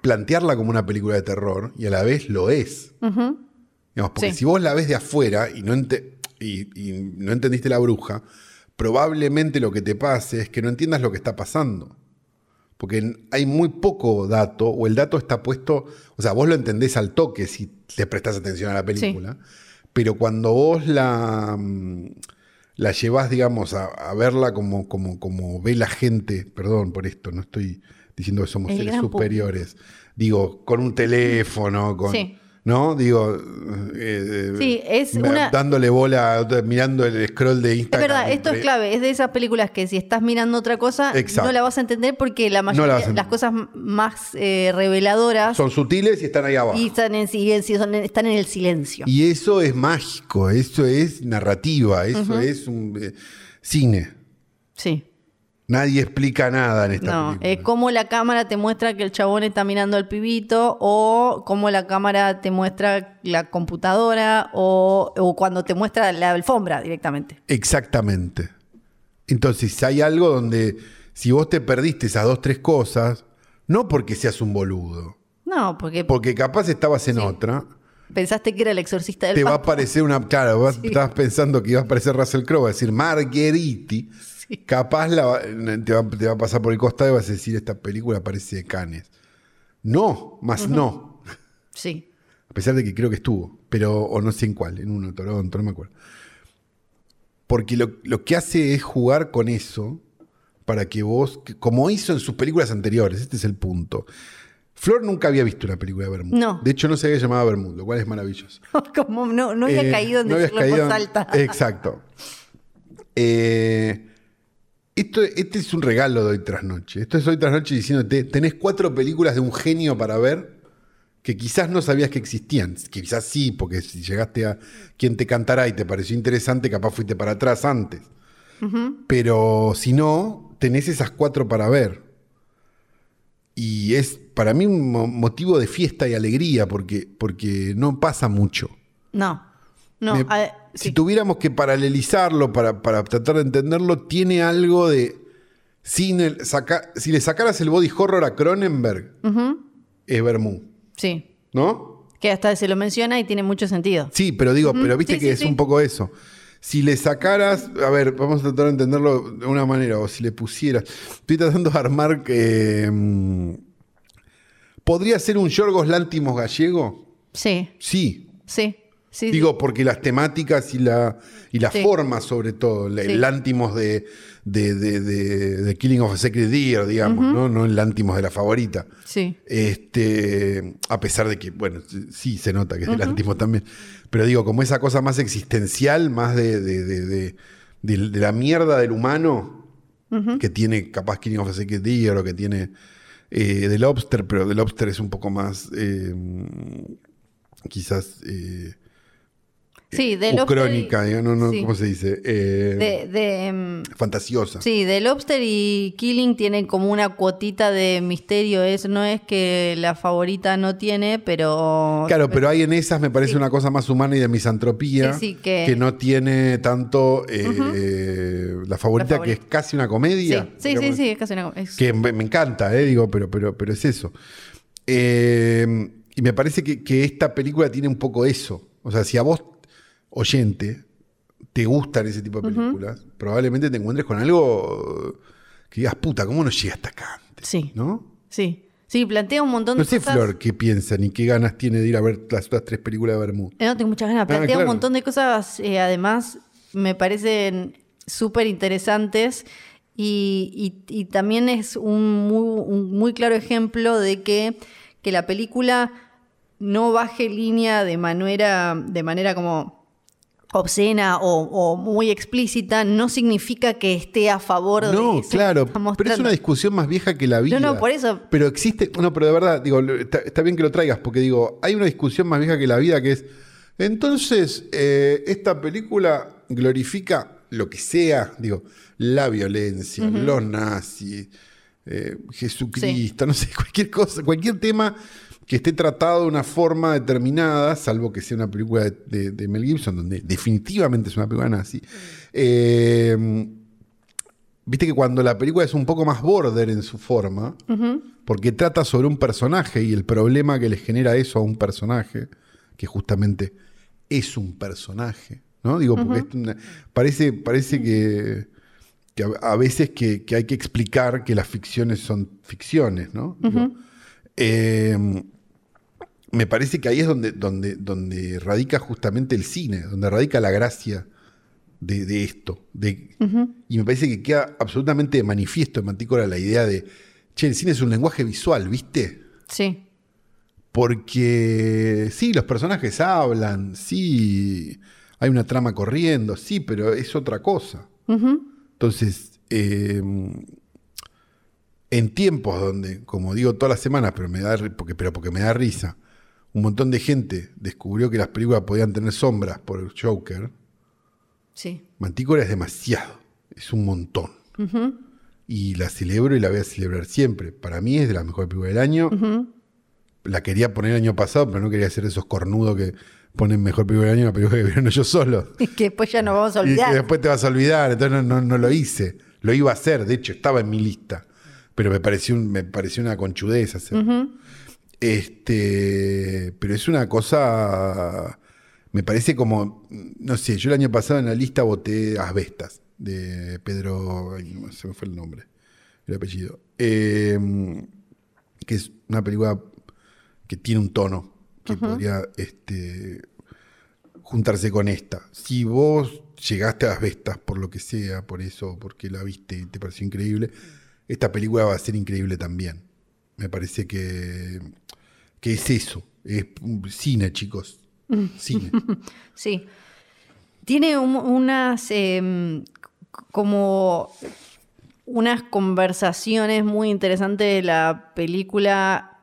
plantearla como una película de terror y a la vez lo es. Digamos, porque
Sí.
si vos la ves de afuera y no, ente- y- y no entendiste la bruja, probablemente lo que te pase es que no entiendas lo que está pasando. Porque n- hay muy poco dato, o el dato está puesto, o sea, vos lo entendés al toque si te prestás atención a la película, pero cuando vos la, mm, la llevás, digamos, a, a verla como, como, como ve la gente, perdón por esto, no estoy diciendo que somos
El
seres
gran público.
superiores, digo, con un teléfono, con...
Sí.
¿No? Digo, eh, eh,
Sí, es
me-
una-
dándole bola, eh, mirando el scroll de
Es
Instagram.
verdad, esto es
entre-
clave. Es de esas películas que si estás mirando otra cosa,
Exacto.
no la vas a entender porque la
la
mayoría
vas
las
a entender.
cosas m- más eh, reveladoras
Son sutiles y están ahí abajo.
y están en silencio, son- están en el silencio.
Y eso es mágico, eso es narrativa, eso es un eh, cine.
sí.
Nadie explica nada en esta
No,
película.
es cómo la cámara te muestra que el chabón está mirando al pibito o cómo la cámara te muestra la computadora o, o cuando te muestra la alfombra directamente.
Exactamente. Entonces, hay algo donde si vos te perdiste esas dos, tres cosas, no porque seas un boludo,
No, porque
porque capaz estabas en otra,
pensaste que era el exorcista del
te va a
pasto.
parecer una. Claro, vas- estabas pensando que iba a aparecer Russell Crowe, va a decir Margheriti. Capaz la va- te, va, te va a pasar por el costado y vas a decir: Esta película parece de Canes. No, más no.
Sí, [LAUGHS]
A pesar de que creo que estuvo, pero o no sé en cuál, en uno, Toronto, no me acuerdo. Porque lo, lo que hace es jugar con eso para que vos, que- como hizo en sus películas anteriores, este es el punto. Flor nunca había visto una película de Bermud.
No.
De hecho, no se había llamado Bermud, lo cual es maravilloso.
como no, no había
Eh,
caído en
no habías
decirlo en
caído
voz
en-
alta.
[LAUGHS] Exacto. Eh, esto, este es un regalo de hoy tras noche. Esto es hoy tras noche diciéndote, tenés cuatro películas de un genio para ver que quizás no sabías que existían. Quizás sí, porque si llegaste a quien te cantará y te pareció interesante, capaz fuiste para atrás antes. Pero si no, tenés esas cuatro para ver. Y es para mí un mo- motivo de fiesta y alegría porque, porque no pasa mucho.
No. No.
Me-
a-
ah,
Si
sí.
tuviéramos que paralelizarlo para, para tratar de entenderlo, tiene algo de. Sin el, saca- si le sacaras el body horror a Cronenberg, es Bermú,
sí.
¿no?
Que hasta se lo menciona y tiene mucho sentido.
Sí, pero digo, pero viste
sí,
que
sí,
es
sí.
un poco eso. Si le sacaras, a ver, vamos a tratar de entenderlo de una manera, o si le pusieras. Estoy tratando de armar. eh, mm, ¿Podría ser un Yorgos Lántimos gallego?
Sí,
Sí.
sí. sí
Digo, porque las temáticas y la, y la
Sí.
forma, sobre todo, la-
Sí.
el Lántimos de, de, de- de- de Killing of a Sacred Deer, digamos, ¿no? No el Lántimos de la favorita.
sí.
Este, a pesar de que, bueno, sí se nota que es del antismo también. Pero digo, como esa cosa más existencial, más de, de- de- de- de- de la mierda del humano que tiene capaz Killing of a Sacred Deer o que tiene eh, The Lobster, pero The Lobster es un poco más eh, quizás eh,
Sí, de
ucrónica, eh. digo, no, no,
sí.
¿cómo se dice? Eh,
De, de,
em,
mm,
fantasiosa.
sí, de Lobster y Killing tienen como una cuotita de misterio. Es, no es que la favorita no tiene, pero.
Claro, pero hay en esas me parece una cosa más humana y de misantropía
Sí, sí, que-
no tiene tanto eh, la, favorita,
La favorita.
que es casi una comedia.
Sí, sí, sí,
digamos,
sí, es casi una. es-
Que me me encanta, eh, digo, pero, pero, pero es eso. Eh, y me parece que, que esta película tiene un poco eso. O sea, si a vos, oyente, te gustan ese tipo de películas, probablemente te encuentres con algo que digas, puta, ¿cómo no llega hasta acá antes?
Sí,
¿No?
sí. Sí, plantea un montón de
No sé,
cosas.
Flor, qué piensa ni qué ganas tiene de ir a ver las otras tres películas de Bermud.
Eh, No tengo muchas ganas. Plantea
Ah, claro.
un montón de cosas, eh, además, me parecen súper interesantes. Y, y- y también es un muy, un muy claro ejemplo de que, que la película no baje línea de manera, de manera como obscena o, o muy explícita, no significa que esté a favor de
No,
eso que
claro,
está
pero es
mostrando.
una discusión más vieja que la vida.
No, no, por eso.
Pero existe, no, pero de verdad, digo, lo- está, está bien que lo traigas, porque digo, hay una discusión más vieja que la vida que es, entonces, eh, esta película glorifica lo que sea, digo, la violencia, los nazis, eh, Jesucristo, [LAUGHS] no sé, cualquier cosa, cualquier tema que esté tratado de una forma determinada, salvo que sea una película de, de- de Mel Gibson, donde definitivamente es una película nazi. Eh, Viste que cuando la película es un poco más border en su forma, porque trata sobre un personaje y el problema que le genera eso a un personaje, que justamente es un personaje, ¿no? Digo, porque es una- parece, parece que, que a, a veces que, que hay que explicar que las ficciones son ficciones, ¿no? Digo, eh, me parece que ahí es donde, donde, donde radica justamente el cine, donde radica la gracia de, de esto. de- Y me parece que queda absolutamente de manifiesto en Mantícora la idea de, che, el cine es un lenguaje visual, ¿viste?
Sí,
Porque sí, los personajes hablan, sí, hay una trama corriendo, sí, pero es otra cosa. Entonces, eh, en tiempos donde, como digo todas las semanas, pero, me da, ri- porque, pero porque me da risa, un montón de gente descubrió que las películas podían tener sombras por el Joker,
sí. [LAUGHS]
Mantícora es demasiado, es un montón. Y la celebro y la voy a celebrar siempre. Para mí es de las mejores películas del año. La quería poner el año pasado, pero no quería ser esos cornudos que ponen mejor película del año en la película que vieron ellos solos.
Y que después ya nos vamos a
Y que
olvidar.
después te vas a olvidar, entonces no, no- no lo hice. Lo iba a hacer, de hecho, estaba en mi lista. Pero me pareció, un- me pareció una conchudez hacerlo. Este, pero es una cosa. Me parece como. No sé, yo el año pasado en la lista voté Asbestas de Pedro. ay, no, se me fue el nombre, el apellido. Eh, que es una película que tiene un tono que podría este, juntarse con esta. Si vos llegaste a las vestas por lo que sea, por eso, porque la viste y te pareció increíble, esta película va a ser increíble también. Me parece que, que es eso. Es un cine, chicos.
[LAUGHS]
Cine.
Sí. Tiene un- unas em, c- como unas conversaciones muy interesantes de la película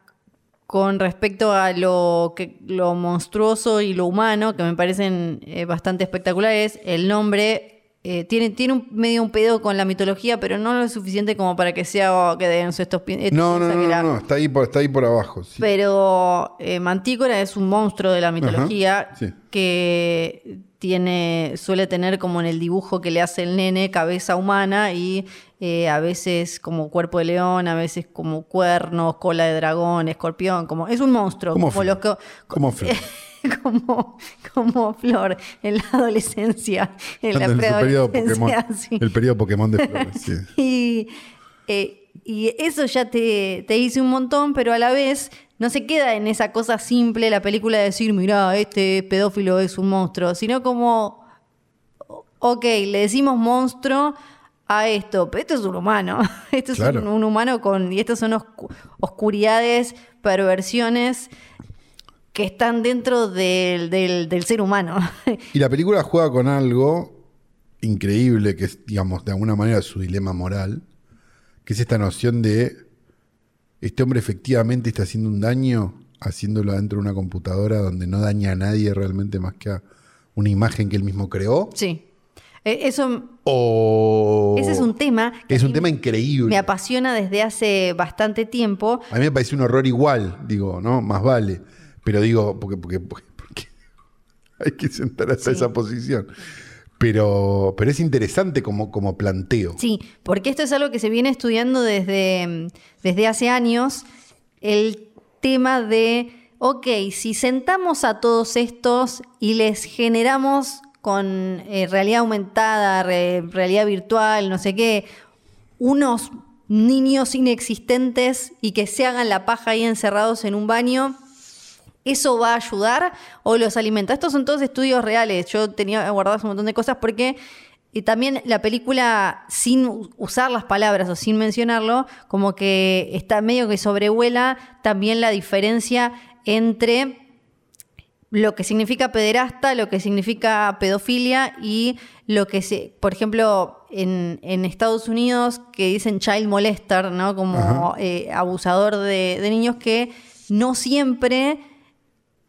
con respecto a lo que lo monstruoso y lo humano que me parecen eh, bastante espectaculares. El nombre eh, tiene, tiene un, medio un pedo con la mitología, pero no lo suficiente como para que sea oh, que denso estos pi- estos
No, no,
piensan
no,
que la-
no, no, está ahí por, está ahí por abajo. sí.
Pero eh, Mantícora es un monstruo de la mitología
sí.
que tiene, suele tener como en el dibujo que le hace el nene cabeza humana y eh, a veces como cuerpo de león, a veces como cuernos, cola de dragón, escorpión, como es un monstruo,
Como
como,
Flo.
los que-
Como Flo.
[LAUGHS] como, como flor en la adolescencia, en la
Anda en su periodo Pokémon.
preadolescencia. [LAUGHS] sí.
El periodo Pokémon de Flores. sí.
[LAUGHS] Y, eh, y eso ya te, te dice un montón, pero a la vez no se queda en esa cosa simple la película de decir, mirá, este pedófilo es un monstruo, sino como, o- ok, le decimos monstruo a esto, pero esto es un humano, [LAUGHS] esto es
Claro.
un, un humano con, y estas son oscu- oscuridades, perversiones que están dentro del, del- del ser humano. [LAUGHS]
Y la película juega con algo increíble, que es, digamos, de alguna manera su dilema moral, que es esta noción de este hombre efectivamente está haciendo un daño haciéndolo dentro de una computadora donde no daña a nadie realmente más que a una imagen que él mismo creó.
sí. Eh, Eso,
O...
ese es un tema. que
Es
a
un
mí
tema increíble.
me apasiona desde hace bastante tiempo.
A mí me parece un horror igual, digo, ¿no? Más vale. Pero digo, porque, porque, porque, porque [LAUGHS] hay que sentar hasta esa posición. Pero, pero es interesante como, como planteo.
Sí, porque esto es algo que se viene estudiando desde, mm, desde hace años, el tema de, ok, si sentamos a todos estos y les generamos con eh, realidad aumentada, re- realidad virtual, no sé qué, unos niños inexistentes y que se hagan la paja ahí encerrados en un baño, ¿Eso va a ayudar o los alimenta? Estos son todos estudios reales. Yo tenía guardadas un montón de cosas porque y también la película, sin u- usar las palabras o sin mencionarlo, como que está medio que sobrevuela también la diferencia entre lo que significa pederasta, lo que significa pedofilia y lo que se, por ejemplo, en, en Estados Unidos que dicen child molester, ¿no? Como
Ajá.
eh, abusador de, de niños que no siempre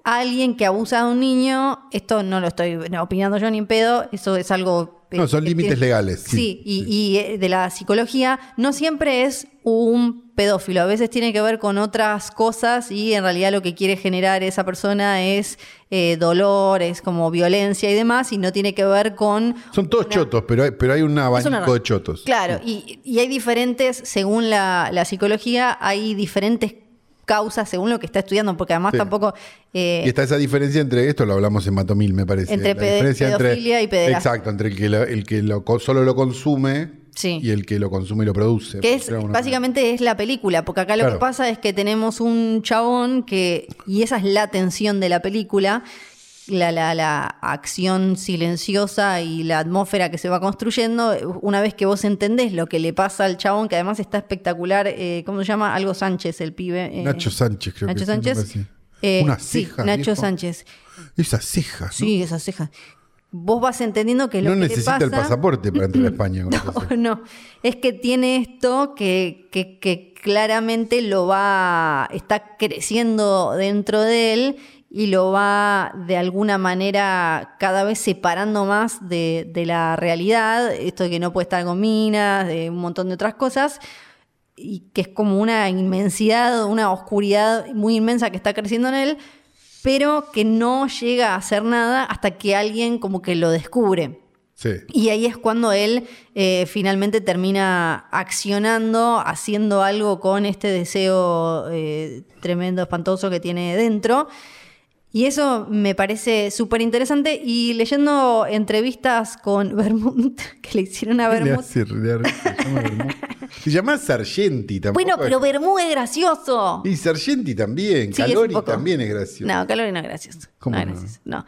alguien que abusa de un niño, esto no lo estoy no, opinando yo ni en pedo, eso es algo... eh,
No, son
que
límites
tiene-
legales, sí,
Sí, y, y, eh, de la psicología, no siempre es un pedófilo, a veces tiene que ver con otras cosas y en realidad lo que quiere generar esa persona es eh, dolor, es como violencia y demás, y no tiene que ver con...
Son todos chotos, pero hay, pero hay un
Es una
abanico
ra-
de chotos.
Claro, y, y hay diferentes, según la, la psicología, hay diferentes causas según lo que está estudiando, porque además
Sí.
tampoco... eh,
Y está esa diferencia entre, esto lo hablamos en Matomil, me parece.
Entre
la
pede-
diferencia
pedofilia y pederastia.
Exacto, entre el que, lo- el que lo co- solo lo consume
Sí.
y el que lo consume y lo produce.
Que
por
es,
decirlo de alguna
básicamente es la película, porque acá lo
Claro.
que pasa es que tenemos un chabón que, y esa es la tensión de la película, la, la, la acción silenciosa y la atmósfera que se va construyendo, una vez que vos entendés lo que le pasa al chabón, que además está espectacular, eh, ¿cómo se llama? Algo Sánchez, el pibe. eh,
manera. Nacho Sánchez, creo
Nacho
que sí, me
Sánchez.
parece.
eh,
Una
sí,
ceja.
Nacho
viejo.
Sánchez.
Esas cejas. ¿no?
Sí, esa ceja. Vos vas entendiendo que lo
No
que te
necesita
pasa...
el pasaporte para entrar a
[LAUGHS]
España. con esas cejas.
No, no. Es que tiene esto que, que- que claramente lo va. está creciendo dentro de él y lo va de alguna manera cada vez separando más de, de la realidad. Esto de que no puede estar con minas, de un montón de otras cosas. Y que es como una inmensidad, una oscuridad muy inmensa que está creciendo en él, pero que no llega a hacer nada hasta que alguien como que lo descubre. [LAUGHS]
Sí.
Y ahí es cuando él eh, finalmente termina accionando, haciendo algo con este deseo eh, tremendo, espantoso que tiene dentro. Y eso me parece súper interesante. Y leyendo entrevistas con Bermud, [LAUGHS] que le hicieron a
¿Qué le
Bermud.
hace rear? Se llama Bermud. Se llama Sargenti también.
Bueno, pero Bermud es gracioso.
Y Sargenti también,
Sí, es un
Calori
poco.
también es gracioso.
No, Calori no es gracioso.
¿Cómo
no, es
no?
gracioso, no.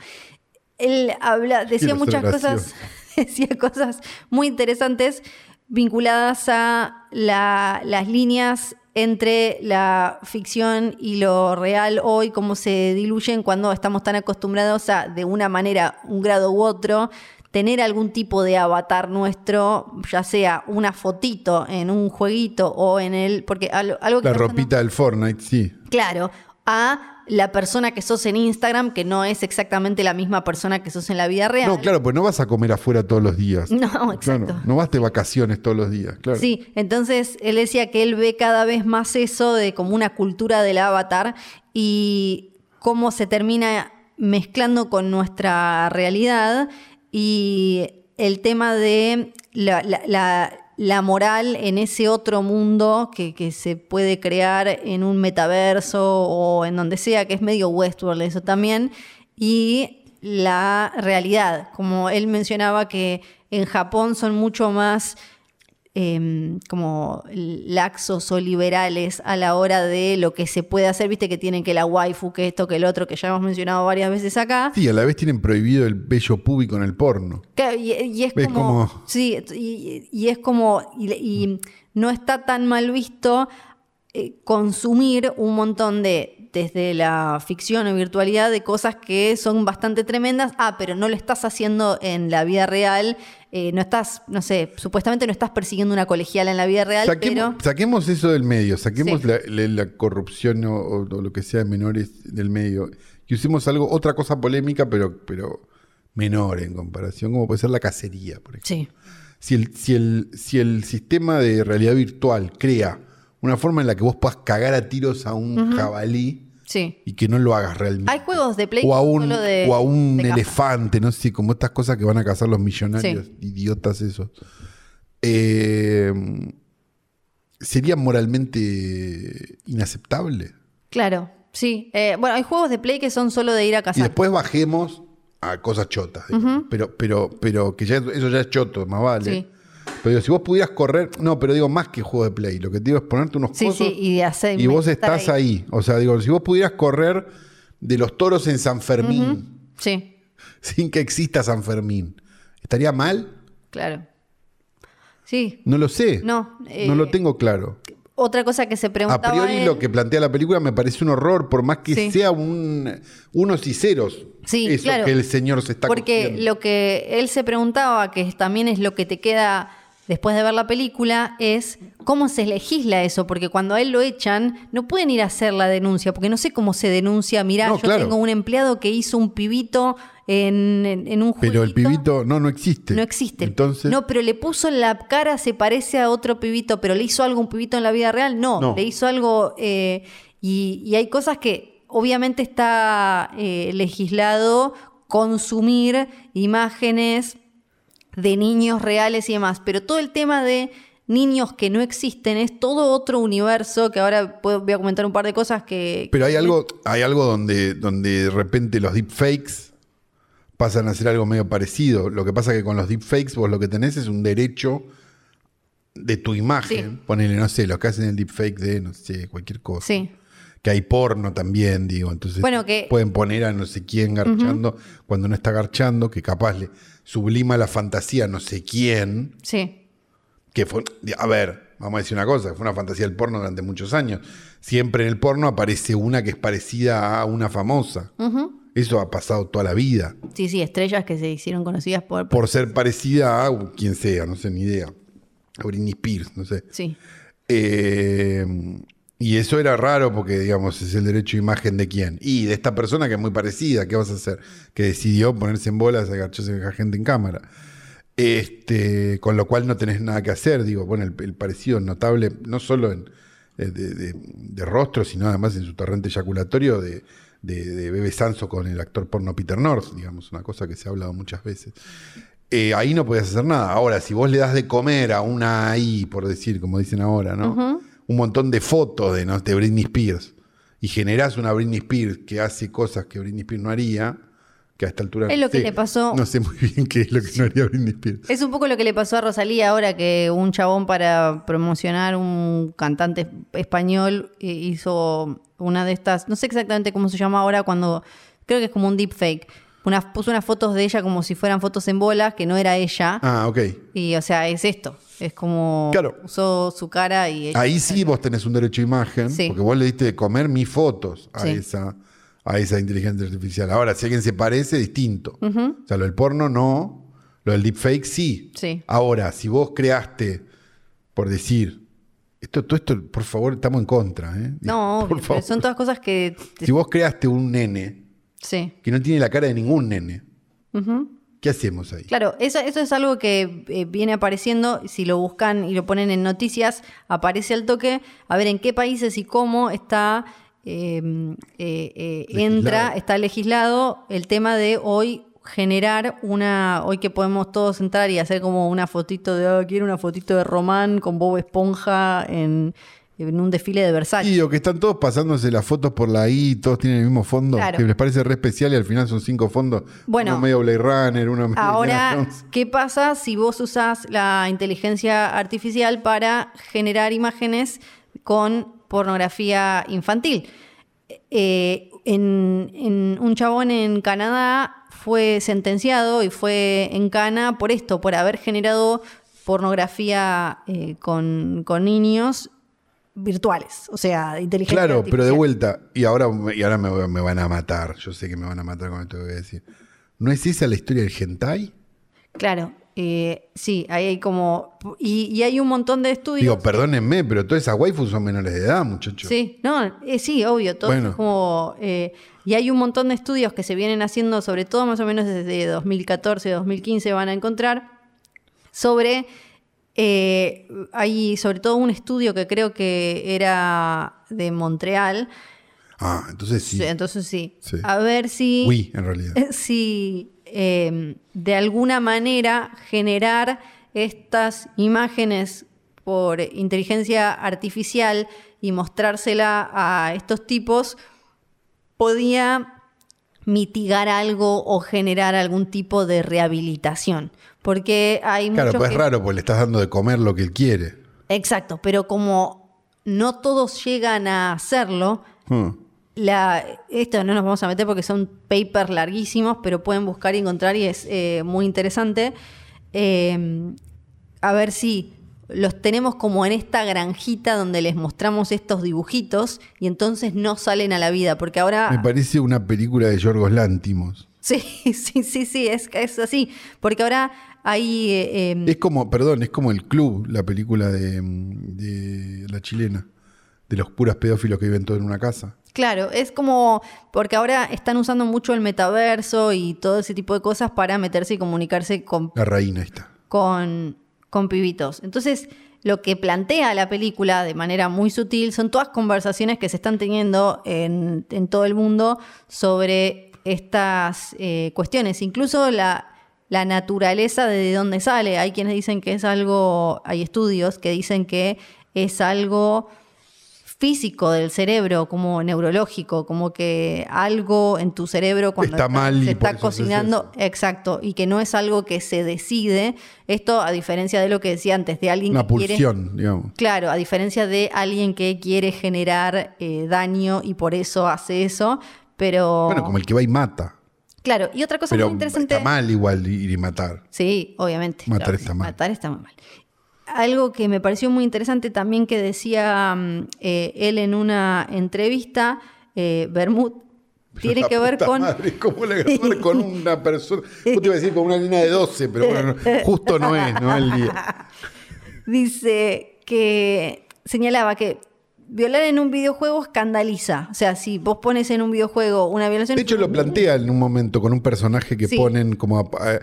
Él habla, decía
Quiero
muchas
ser
cosas, [LAUGHS] decía cosas muy interesantes vinculadas a la- las líneas entre la ficción y lo real hoy, cómo se diluyen cuando estamos tan acostumbrados a, de una manera, un grado u otro, tener algún tipo de avatar nuestro, ya sea una fotito en un jueguito o en el... Porque algo, algo que
La
está pasando-
ropita del Fortnite, sí.
Claro, a la persona que sos en Instagram, que no es exactamente la misma persona que sos en la vida real.
No, claro, pues no vas a comer afuera todos los
[LAUGHS]
días.
No, exacto.
Claro, no vas de vacaciones todos los días, claro.
Sí, entonces él decía que él ve cada vez más eso de como una cultura del avatar y cómo se termina mezclando con nuestra realidad y el tema de la, la- la- la moral en ese otro mundo que, que se puede crear en un metaverso o en donde sea, que es medio Westworld eso también, y la realidad. Como él mencionaba que en Japón son mucho más em, como laxos o liberales a la hora de lo que se puede hacer, viste que tienen que la waifu, que esto, que el otro, que ya hemos mencionado varias veces acá.
Sí, a la vez tienen prohibido el bello púbico en el porno.
Claro, y, y es
¿Ves
como,
cómo?
Sí, y, y es como. Y, y no está tan mal visto eh, consumir un montón de. Desde la ficción o virtualidad de cosas que son bastante tremendas. Ah, pero no lo estás haciendo en la vida real. eh, no estás, no sé, supuestamente no estás persiguiendo una colegiala en la vida real,
Saquemos,
pero.
saquemos eso del medio, saquemos
Sí.
la, la- la corrupción o, o- o lo que sea de menores del medio y usemos algo, otra cosa polémica, pero, pero menor en comparación, como puede ser la cacería, por ejemplo.
Sí.
Si el, si, el, si el sistema de realidad virtual crea una forma en la que vos puedas cagar a tiros a un jabalí
Sí.
y que no lo hagas realmente.
Hay juegos de Play
o a
que son
un,
solo de-
o a un
de caza.
elefante, no sé, como estas cosas que van a cazar los millonarios, idiotas esos. Eh, ¿Sería moralmente inaceptable?
Claro, sí. Eh, bueno, hay juegos de Play que son solo de ir a
Y
cazar.
después bajemos a cosas chotas. digamos. pero, pero, pero que ya eso ya es choto, más vale.
Sí.
Pero digo, si vos pudieras correr, no, pero digo más que juego de play. Lo que te digo es ponerte unos
Sí,
cosos
sí, y de hacer.
y vos
estar
estás ahí. O sea, digo, si vos pudieras correr de los toros en San Fermín
Sí.
[LAUGHS] sin que exista San Fermín, ¿estaría mal?
Claro. Sí.
No lo sé.
No, eh,
no lo tengo claro.
Otra cosa que se
A
preguntaba
priori
él-
lo que plantea la película me parece un horror, por más que
Sí.
sea un unos y ceros.
Sí,
eso
claro.
que el señor se está
porque
cogiendo.
lo que él se preguntaba, que también es lo que te queda después de ver la película, es cómo se legisla eso, porque cuando a él lo echan, no pueden ir a hacer la denuncia, porque no sé cómo se denuncia. Mirá,
No,
yo
claro.
tengo un empleado que hizo un pibito en, en- en un juego.
Pero el pibito no no existe.
No existe.
Entonces
No, pero le puso en la cara, se parece a otro pibito, pero le hizo algo a un pibito en la vida real. No,
No.
le hizo algo. eh, y, y hay cosas que obviamente está eh, legislado consumir imágenes de niños reales y demás, pero todo el tema de niños que no existen es todo otro universo que ahora puedo- voy a comentar un par de cosas que...
Pero hay algo, hay algo donde, donde de repente los deepfakes pasan a ser algo medio parecido. Lo que pasa que con los deepfakes vos lo que tenés es un derecho de tu imagen. Ponele, no sé, los que hacen el deepfake de, no sé, cualquier cosa.
Sí.
Que hay porno también, digo. Entonces
Bueno, que-
pueden poner a no sé quién garchando cuando no está garchando, que capaz le sublima la fantasía a no sé quién.
Sí.
Que fue, a ver, vamos a decir una cosa, fue una fantasía del porno durante muchos años. Siempre en el porno aparece una que es parecida a una famosa. Eso ha pasado toda la vida.
Sí, sí, estrellas que se hicieron conocidas por...
Por ser parecida a quien sea, no sé, ni idea. A Britney Spears, no sé.
Sí.
Eh, y eso era raro porque, digamos, es el derecho a imagen de quién. Y de esta persona que es muy parecida, ¿qué vas a hacer? Que decidió ponerse en bolas, agacharse a gente en cámara. Este, con lo cual no tenés nada que hacer, digo, bueno, el, el parecido es notable, no solo en, eh, de, de- de rostro, sino además en su torrente eyaculatorio de, de, de Bebe Sanso con el actor porno Peter North, digamos, una cosa que se ha hablado muchas veces. Eh, ahí no podías hacer nada. Ahora, si vos le das de comer a una ahí, por decir, como dicen ahora, ¿no? Un montón de fotos de, ¿no? de Britney Spears y generás una Britney Spears que hace cosas que Britney Spears no haría, que a esta altura.
Es
no
lo que
sé-
le pasó-
No sé muy bien qué es lo que no haría Britney Spears.
Es un poco lo que le pasó a Rosalía ahora que un chabón para promocionar un cantante español eh, hizo una de estas, no sé exactamente cómo se llama ahora cuando creo que es como un deepfake. Unas, puso unas fotos de ella como si fueran fotos en bolas que no era ella.
Ah, ok.
Y o sea, es esto, es como
Claro.
usó su cara y ella-
Ahí sí vos tenés un derecho a imagen,
Sí.
porque vos le diste de comer mis fotos a,
Sí.
esa, a esa inteligencia artificial. Ahora, si alguien se parece, distinto. O sea, lo del porno no, lo del deepfake sí.
Sí.
Ahora, si vos creaste, por decir, Esto, todo esto, por favor, estamos en contra. ¿eh?
No,
Por
obvio, pero
favor.
son todas cosas que. te-
Si vos creaste un nene
Sí.
que no tiene la cara de ningún nene,
Ujú.
¿qué hacemos ahí?
Claro, eso, eso es algo que eh, viene apareciendo, si lo buscan y lo ponen en noticias, aparece al toque, a ver en qué países y cómo está, eh, eh, eh, entra,
Legislado.
está legislado el tema de hoy generar una, hoy que podemos todos entrar y hacer como una fotito de, "Ah, quiero una fotito de Román con Bob Esponja en, en un desfile de Versace.
Y o que están todos pasándose las fotos por la I, todos tienen el mismo fondo,
Claro.
que les parece re especial y al final son cinco fondos.
Bueno.
uno medio Blade Runner, [LAUGHS] uno medio Indiana
Ahora,
Jones.
¿qué pasa si vos usás la inteligencia artificial para generar imágenes con pornografía infantil? Eh, en, en- un chabón en Canadá fue sentenciado y fue en cana por esto, por haber generado pornografía eh, con, con niños virtuales, o sea, inteligencia
Claro, pero de
artificial.
vuelta, y ahora, y ahora me, me van a matar, yo sé que me van a matar con esto que voy a decir. ¿No es esa la historia del hentai?
Claro, eh, sí, ahí hay como... Y, y hay un montón de estudios...
Digo, perdónenme, pero todas esas waifus son menores de edad, muchachos.
Sí, no, eh, sí, obvio, todo
Bueno.
es como... eh, y hay un montón de estudios que se vienen haciendo, sobre todo más o menos desde 2014, 2015 van a encontrar, sobre... eh, hay sobre todo un estudio que creo que era de Montreal,
Ah, entonces sí.
entonces sí,
Sí.
a ver si...
Oui, en realidad.
Eh, si eh, de alguna manera generar estas imágenes por inteligencia artificial y mostrársela a estos tipos podía mitigar algo o generar algún tipo de rehabilitación. Porque hay
Claro,
muchos
pues
que-
es raro porque le estás dando de comer lo que él quiere.
Exacto, pero como no todos llegan a hacerlo,
Hmm.
la, esto no nos vamos a meter porque son papers larguísimos, pero pueden buscar y encontrar y es eh, muy interesante. Eh, a ver si los tenemos como en esta granjita donde les mostramos estos dibujitos y entonces no salen a la vida, porque
Me
ahora...
parece una película de Yorgos Lántimos.
[LAUGHS] Sí, sí, sí, sí, es, es así, porque ahora hay... eh, eh,
Es como, perdón, es como El Club, la película de, mm, de la chilena, de los curas pedófilos que viven todos en una casa.
Claro, es como porque ahora están usando mucho el metaverso y todo ese tipo de cosas para meterse y comunicarse con
La reina está.
con, con pibitos. Entonces, lo que plantea la película de manera muy sutil son todas conversaciones que se están teniendo en, en todo el mundo sobre estas eh, cuestiones. Incluso la, la naturaleza de dónde sale. Hay quienes dicen que es algo, hay estudios que dicen que es algo físico del cerebro, como neurológico, como que algo en tu cerebro cuando
Está mal y
se
por
está
eso haces
cocinando,
eso.
Exacto, y que no es algo que se decide. Esto a diferencia de lo que decía antes, de alguien
Una
que quiere-
pulsión, digamos.
Claro, a diferencia de alguien que quiere generar eh, daño y por eso hace eso, pero...
Bueno, como el que va y mata.
Claro, y otra cosa
Pero
muy interesante...
está mal igual ir y matar.
Sí, obviamente.
Matar
que
está
sí,
mal.
Matar está muy mal. Algo que me pareció muy interesante también que decía mm, eh, él en una entrevista, eh, Bermud, tiene
La
que ver
puta
con...
Madre,
[LAUGHS]
¿Cómo le agarrar con una persona? Yo te iba a decir con una línea de 12, pero bueno, no, justo no es, no es el
[LAUGHS]
día.
Dice que señalaba que violar en un videojuego escandaliza. O sea, si vos pones en un videojuego una violación.
De hecho, lo plantea en un momento con un personaje que
Sí.
ponen como a- a-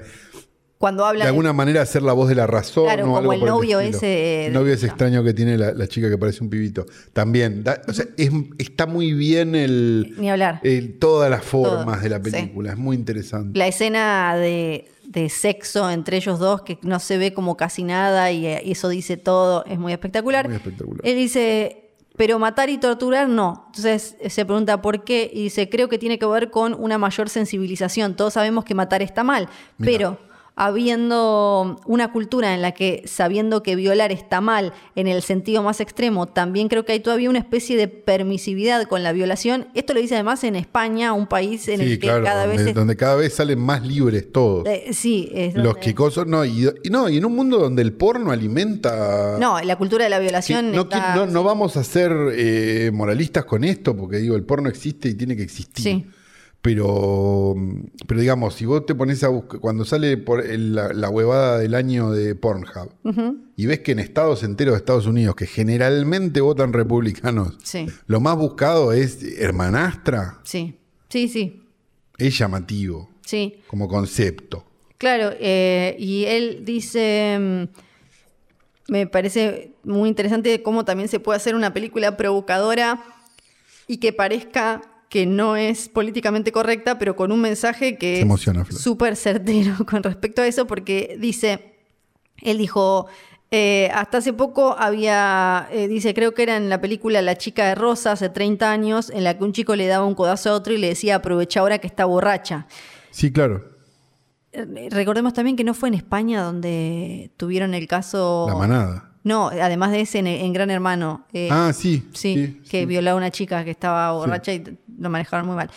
Cuando habla.
de alguna manera hacer la voz de la razón.
Claro,
o
como
algo
el
por
novio
estilo.
ese-
El novio ese extraño que tiene la, la chica que parece un pibito. También. da- o sea, es- está muy bien el,
Ni hablar.
el- todas las formas
Todo,
de la
sí.
película. Es muy interesante.
La escena de, de sexo entre ellos dos, que no se ve como casi nada y eh, eso dice todo, es muy espectacular.
Muy espectacular.
Él dice, pero matar y torturar no. Entonces eh, se pregunta por qué y dice, creo que tiene que ver con una mayor sensibilización. Todos sabemos que matar está mal,
Mirá.
pero habiendo una cultura en la que sabiendo que violar está mal en el sentido más extremo, también creo que hay todavía una especie de permisividad con la violación. Esto lo dice además en España, un país en
Sí,
el que
claro,
cada vez
donde,
es-
donde cada vez salen más libres todos.
eh, sí, es
Los
donde-
chicos, no y, y no, y en un mundo donde el porno alimenta.
No, la cultura de la
Sí,
violación
no,
está-
qui- no- no vamos a ser eh, moralistas con esto, porque digo, el porno existe y tiene que existir.
Sí.
Pero, pero digamos, si vos te pones a buscar, cuando sale por el- la, la huevada del año de Pornhub, y ves que en estados enteros de Estados Unidos, que generalmente votan republicanos,
Sí.
lo más buscado es hermanastra,
Sí, sí, sí,
es llamativo
sí.
como concepto.
Claro, eh, y él dice, mm, me parece muy interesante cómo también se puede hacer una película provocadora y que parezca que no es políticamente correcta, pero con un mensaje que
Se emociona, Flor.
es súper certero [LAUGHS] con respecto a eso, porque dice, él dijo, eh, hasta hace poco había, eh, dice, creo que era en la película La chica de Rosa, hace 30 años, en la que un chico le daba un codazo a otro y le decía, aprovecha ahora que está borracha.
Sí, claro.
Eh, Recordemos también que no fue en España donde tuvieron el caso.
La manada.
No, además de ese en, en Gran Hermano. eh,
ah, sí.
sí, que
sí.
violaba a una chica que estaba borracha y t- lo manejaron muy mal.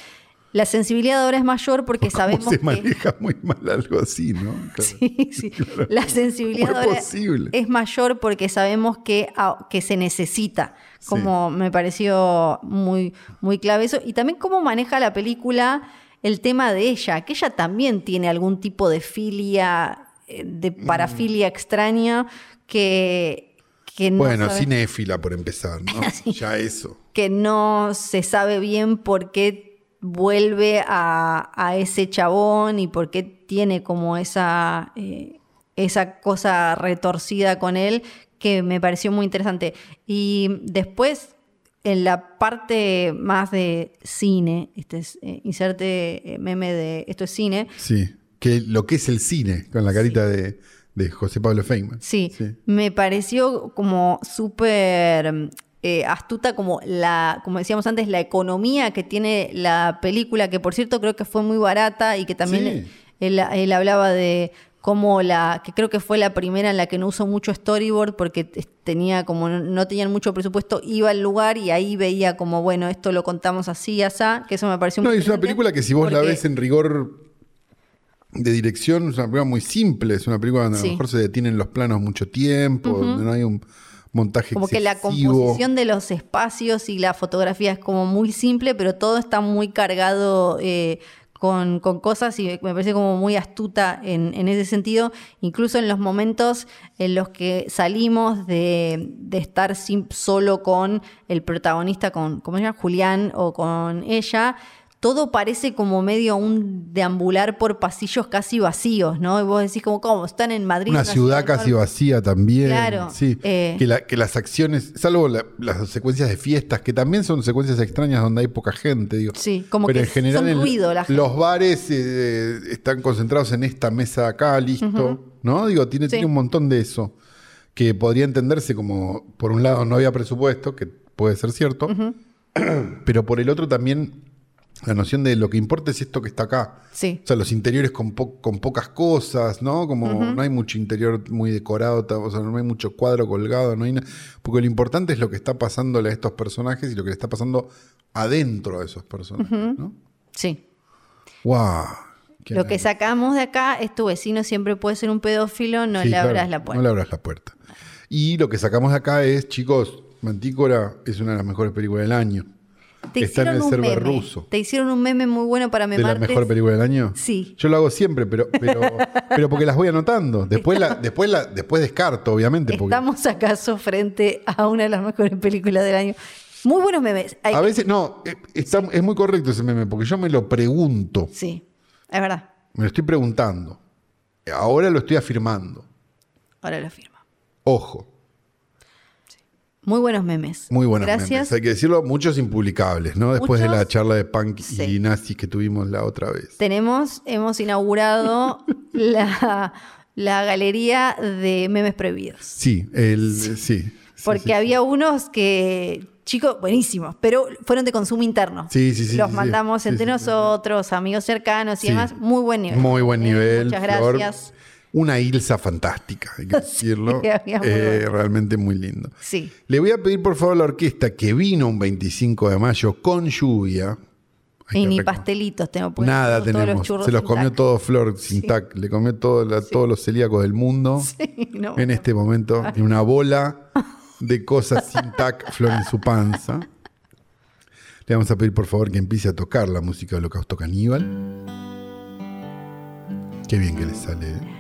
La sensibilidad ahora es mayor porque sabemos
¿Cómo se
que.
maneja muy mal algo así, ¿no? [LAUGHS] Claro.
[LAUGHS] Sí, sí. La sensibilidad
¿Cómo es
ahora
posible?
es mayor porque sabemos que, a- que se necesita.
Sí.
Como me pareció muy, muy clave eso. Y también cómo maneja la película el tema de ella, que ella también tiene algún tipo de filia, eh, de
Mm.
parafilia extraña que, que no
bueno,
sabe-
cinéfila por empezar,
[LAUGHS]
¿no? Ya eso.
que no se sabe bien por qué vuelve a, a ese chabón y por qué tiene como esa, eh, esa cosa retorcida con él, que me pareció muy interesante. Y después, en la parte más de cine, este es, eh, inserte eh, meme de esto es cine,
Sí. Que lo que es el cine, con la carita de, de José Pablo Feynman.
Sí,
Sí.
me pareció como súper eh, astuta como la, como decíamos antes, la economía que tiene la película, que por cierto creo que fue muy barata y que también
Sí.
él, él hablaba de cómo la, que creo que fue la primera en la que no usó mucho storyboard porque t- tenía como, no- no tenían mucho presupuesto, iba al lugar y ahí veía como, bueno, esto lo contamos así, asá, que eso me pareció
No,
muy
es una
interesante
película que si vos la
porque-
ves en rigor de dirección, es una película muy simple. Es una película donde a
Sí.
lo mejor se detienen los planos mucho tiempo, donde no hay un montaje
Como que la
excesivo.
composición de los espacios y la fotografía es como muy simple, pero todo está muy cargado eh, con, con cosas y me parece como muy astuta en, en ese sentido. Incluso en los momentos en los que salimos de, de estar sin- solo con el protagonista, con ¿cómo se llama? Julián o con ella. Todo parece como medio un deambular por pasillos casi vacíos, ¿no? Y vos decís como, ¿cómo? Están en Madrid.
Una ciudad casi
enorme.
vacía también.
Claro,
Sí.
eh.
que, la- que las acciones, salvo la- las secuencias de fiestas, que también son secuencias extrañas donde hay poca gente, digo.
Sí, como
Pero
que
en general
son
el-
ruido la gente.
los bares eh, están concentrados en esta mesa de acá, listo. ¿No? Digo, tiene,
Sí.
tiene un montón de eso. Que podría entenderse como, por un lado, no había presupuesto, que puede ser cierto. [CLEARS THROAT] Pero por el otro también, la noción de lo que importa es esto que está acá.
Sí.
O sea, los interiores con, po- con pocas cosas, ¿no? Como no hay mucho interior muy decorado, ta- o sea, no hay mucho cuadro colgado, no hay na- Porque lo importante es lo que está pasándole a estos personajes y lo que le está pasando adentro de esos personajes, ¿no?
Sí.
¡Wow!
Lo que sacamos de acá es tu vecino siempre puede ser un pedófilo, no le abras la puerta.
No le abras la puerta. Y lo que sacamos de acá es, chicos, Mantícora es una de las mejores películas del año.
Te
Está en
hicieron
el
un
server
meme.
ruso.
Te hicieron un meme muy bueno para
¿De la
memartes.
mejor película del año?
Sí.
Yo lo hago siempre, pero,
[LAUGHS]
pero, pero porque las voy anotando. Después, la, después, la, después descarto, obviamente. Porque
Estamos acaso frente a una de las mejores películas del año. Muy buenos memes. Hay-
a veces, no, eh, está- es muy correcto ese meme, porque yo me lo pregunto.
Sí, es verdad.
Me lo estoy preguntando. Ahora lo estoy afirmando.
Ahora lo firmo.
Ojo,
Muy buenos memes.
muy buenas
Gracias.
memes. Hay que decirlo, muchos impublicables, ¿no? Después de
Muchos.
la charla de punk
Sí.
y nazis que tuvimos la otra vez.
Tenemos, hemos
[LAUGHS]
inaugurado la, la galería de memes prohibidos.
Sí, el, sí. sí,
Porque
sí,
había unos que, chicos, buenísimos, pero fueron de consumo interno.
Sí, sí, sí,
Los
sí,
mandamos
sí,
entre
sí, sí.
nosotros, amigos cercanos y
Sí.
demás. Muy buen nivel.
Muy buen
Eh,
nivel.
Muchas
Flor.
gracias.
Una Ilsa fantástica, hay que
[LAUGHS] Sí,
decirlo.
había muy
Eh,
bueno.
realmente muy lindo.
Sí.
Le voy a pedir por favor a la orquesta que vino un 25 de mayo con lluvia. Hay
Y
que
ni
recom-
pastelitos tenemos. porque
Nada
todos los
tenemos.
churros
Se los
sin
comió
tac.
todo Flor sin tac. Le comió todo la- todos los celíacos del mundo.
[LAUGHS] Sí, no.
En este momento
[LAUGHS]
tiene una bola de cosas sin tac Flor en su panza. Le vamos a pedir por favor que empiece a tocar la música de Holocausto Caníbal. Qué bien que les sale. ¿eh?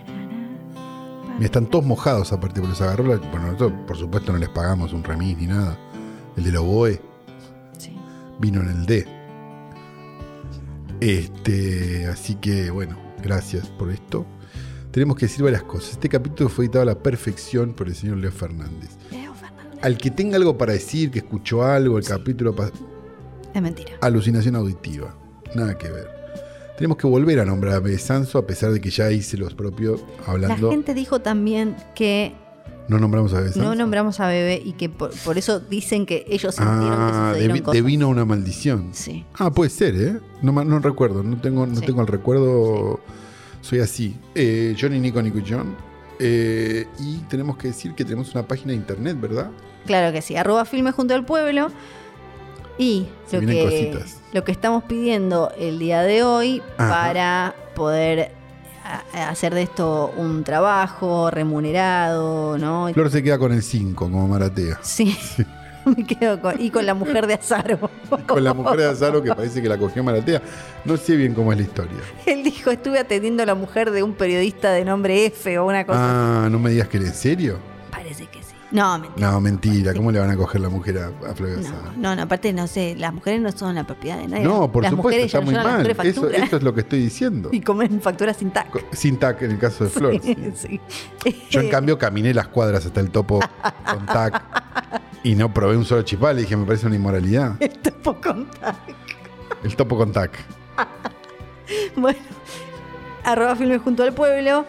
Mira, están todos mojados aparte, porque los agarró la- Bueno, nosotros por supuesto no les pagamos un remis ni nada. El del oboe
Sí.
vino en el D. Este, así que bueno, gracias por esto. Tenemos que decir varias cosas. Este capítulo fue editado a la perfección por el señor Leo Fernández.
Leo Fernández.
Al que tenga algo para decir, que escuchó algo, el capítulo pas-
Es mentira.
alucinación auditiva. Nada que ver. Tenemos que volver a nombrar a Bebe Sanso, a pesar de que ya hice los propios hablando.
La gente dijo también que
No nombramos a Bebe Sanso.
no nombramos a Bebé y que por, por eso dicen que ellos sintieron
Ah,
que
devi-
sucedieron cosas.
devino una maldición.
Sí.
Ah, puede ser, ¿eh? No, ma- no recuerdo, no tengo, no
Sí.
tengo el recuerdo. Soy así. Eh, Johnny, Nico, Nico y John. Eh, y tenemos que decir que tenemos una página de internet, ¿verdad?
Claro que sí, arroba filme junto al pueblo. Y
Se
lo
vienen
que,
cositas.
lo que estamos pidiendo el día de hoy
Ajá.
para poder a- hacer de esto un trabajo remunerado, ¿no?
Flor se queda con el 5, como Maratea.
Sí, [LAUGHS] me quedo con, y con la mujer de
[LAUGHS]
Azaro.
Con la mujer de Azaro que parece que la cogió Maratea. No sé bien cómo es la historia.
[LAUGHS] Él dijo, estuve atendiendo a la mujer de un periodista de nombre F o una cosa.
Ah, no me digas que era en serio.
Parece que sí. No, mentira.
No, mentira. ¿Cómo le van a coger la mujer a, a Flor de
No,
Azaro?
no, no, aparte no sé, las mujeres no son la propiedad de nadie.
No, por
las
supuesto,
mujeres
está
ya
muy
no llevan las
mal.
mujeres
Eso,
facturas.
eso es lo que estoy diciendo.
[LAUGHS] Y comen facturas sin tac.
Co- Sin tac en el caso de Flor. sí.
[LAUGHS] Sí.
Yo,
[LAUGHS]
en cambio, caminé las cuadras hasta el topo con tac y no probé un solo chipal. Y dije, me parece una inmoralidad.
El topo con tac.
El topo con tac.
Bueno, arroba filme junto al pueblo.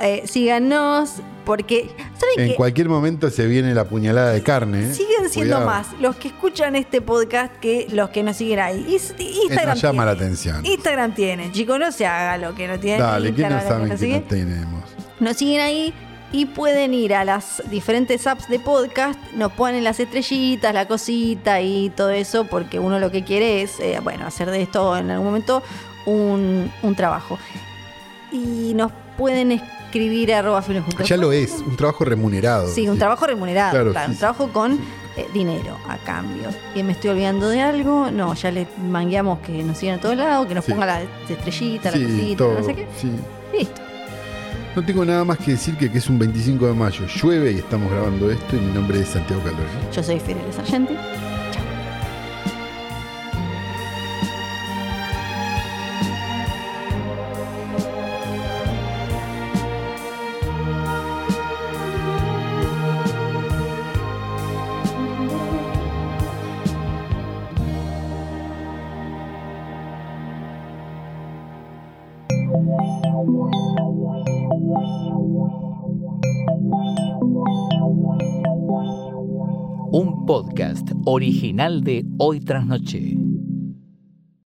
Eh, síganos, porque. ¿Saben
En
qué?
cualquier momento se viene la puñalada de carne. ¿eh?
Siguen siendo
Cuidado.
más los que escuchan este podcast que los que nos siguen ahí. Is-
Eh,
Instagram.
nos llama la
tiene.
atención.
Instagram tiene, chicos, no se haga lo que no tiene.
Dale, ¿quién no
Instagram, lo
sabe
que
que
no sigue.
no tenemos?
Nos siguen ahí y pueden ir a las diferentes apps de podcast, nos ponen las estrellitas, la cosita y todo eso, porque uno lo que quiere es, eh, bueno, hacer de esto en algún momento un, un trabajo. Y nos pueden escribir a arroba filmes juntos.
Ya lo es, un trabajo remunerado.
Sí, un trabajo remunerado,
Claro,
claro,
sí,
un
sí.
trabajo con eh, dinero a cambio. ¿Y me estoy olvidando de algo? No, ya le mangueamos que nos sigan a todos lados, que nos
Sí.
pongan las estrellitas, la
Sí,
cosita,
todo,
no sé qué.
sí.
Listo.
No tengo nada más que decir que, que es un 25 de mayo. Llueve y estamos grabando esto y mi nombre es Santiago Calori.
Yo soy Fiorella Sargenti.
un podcast original de Hoy tras Noche.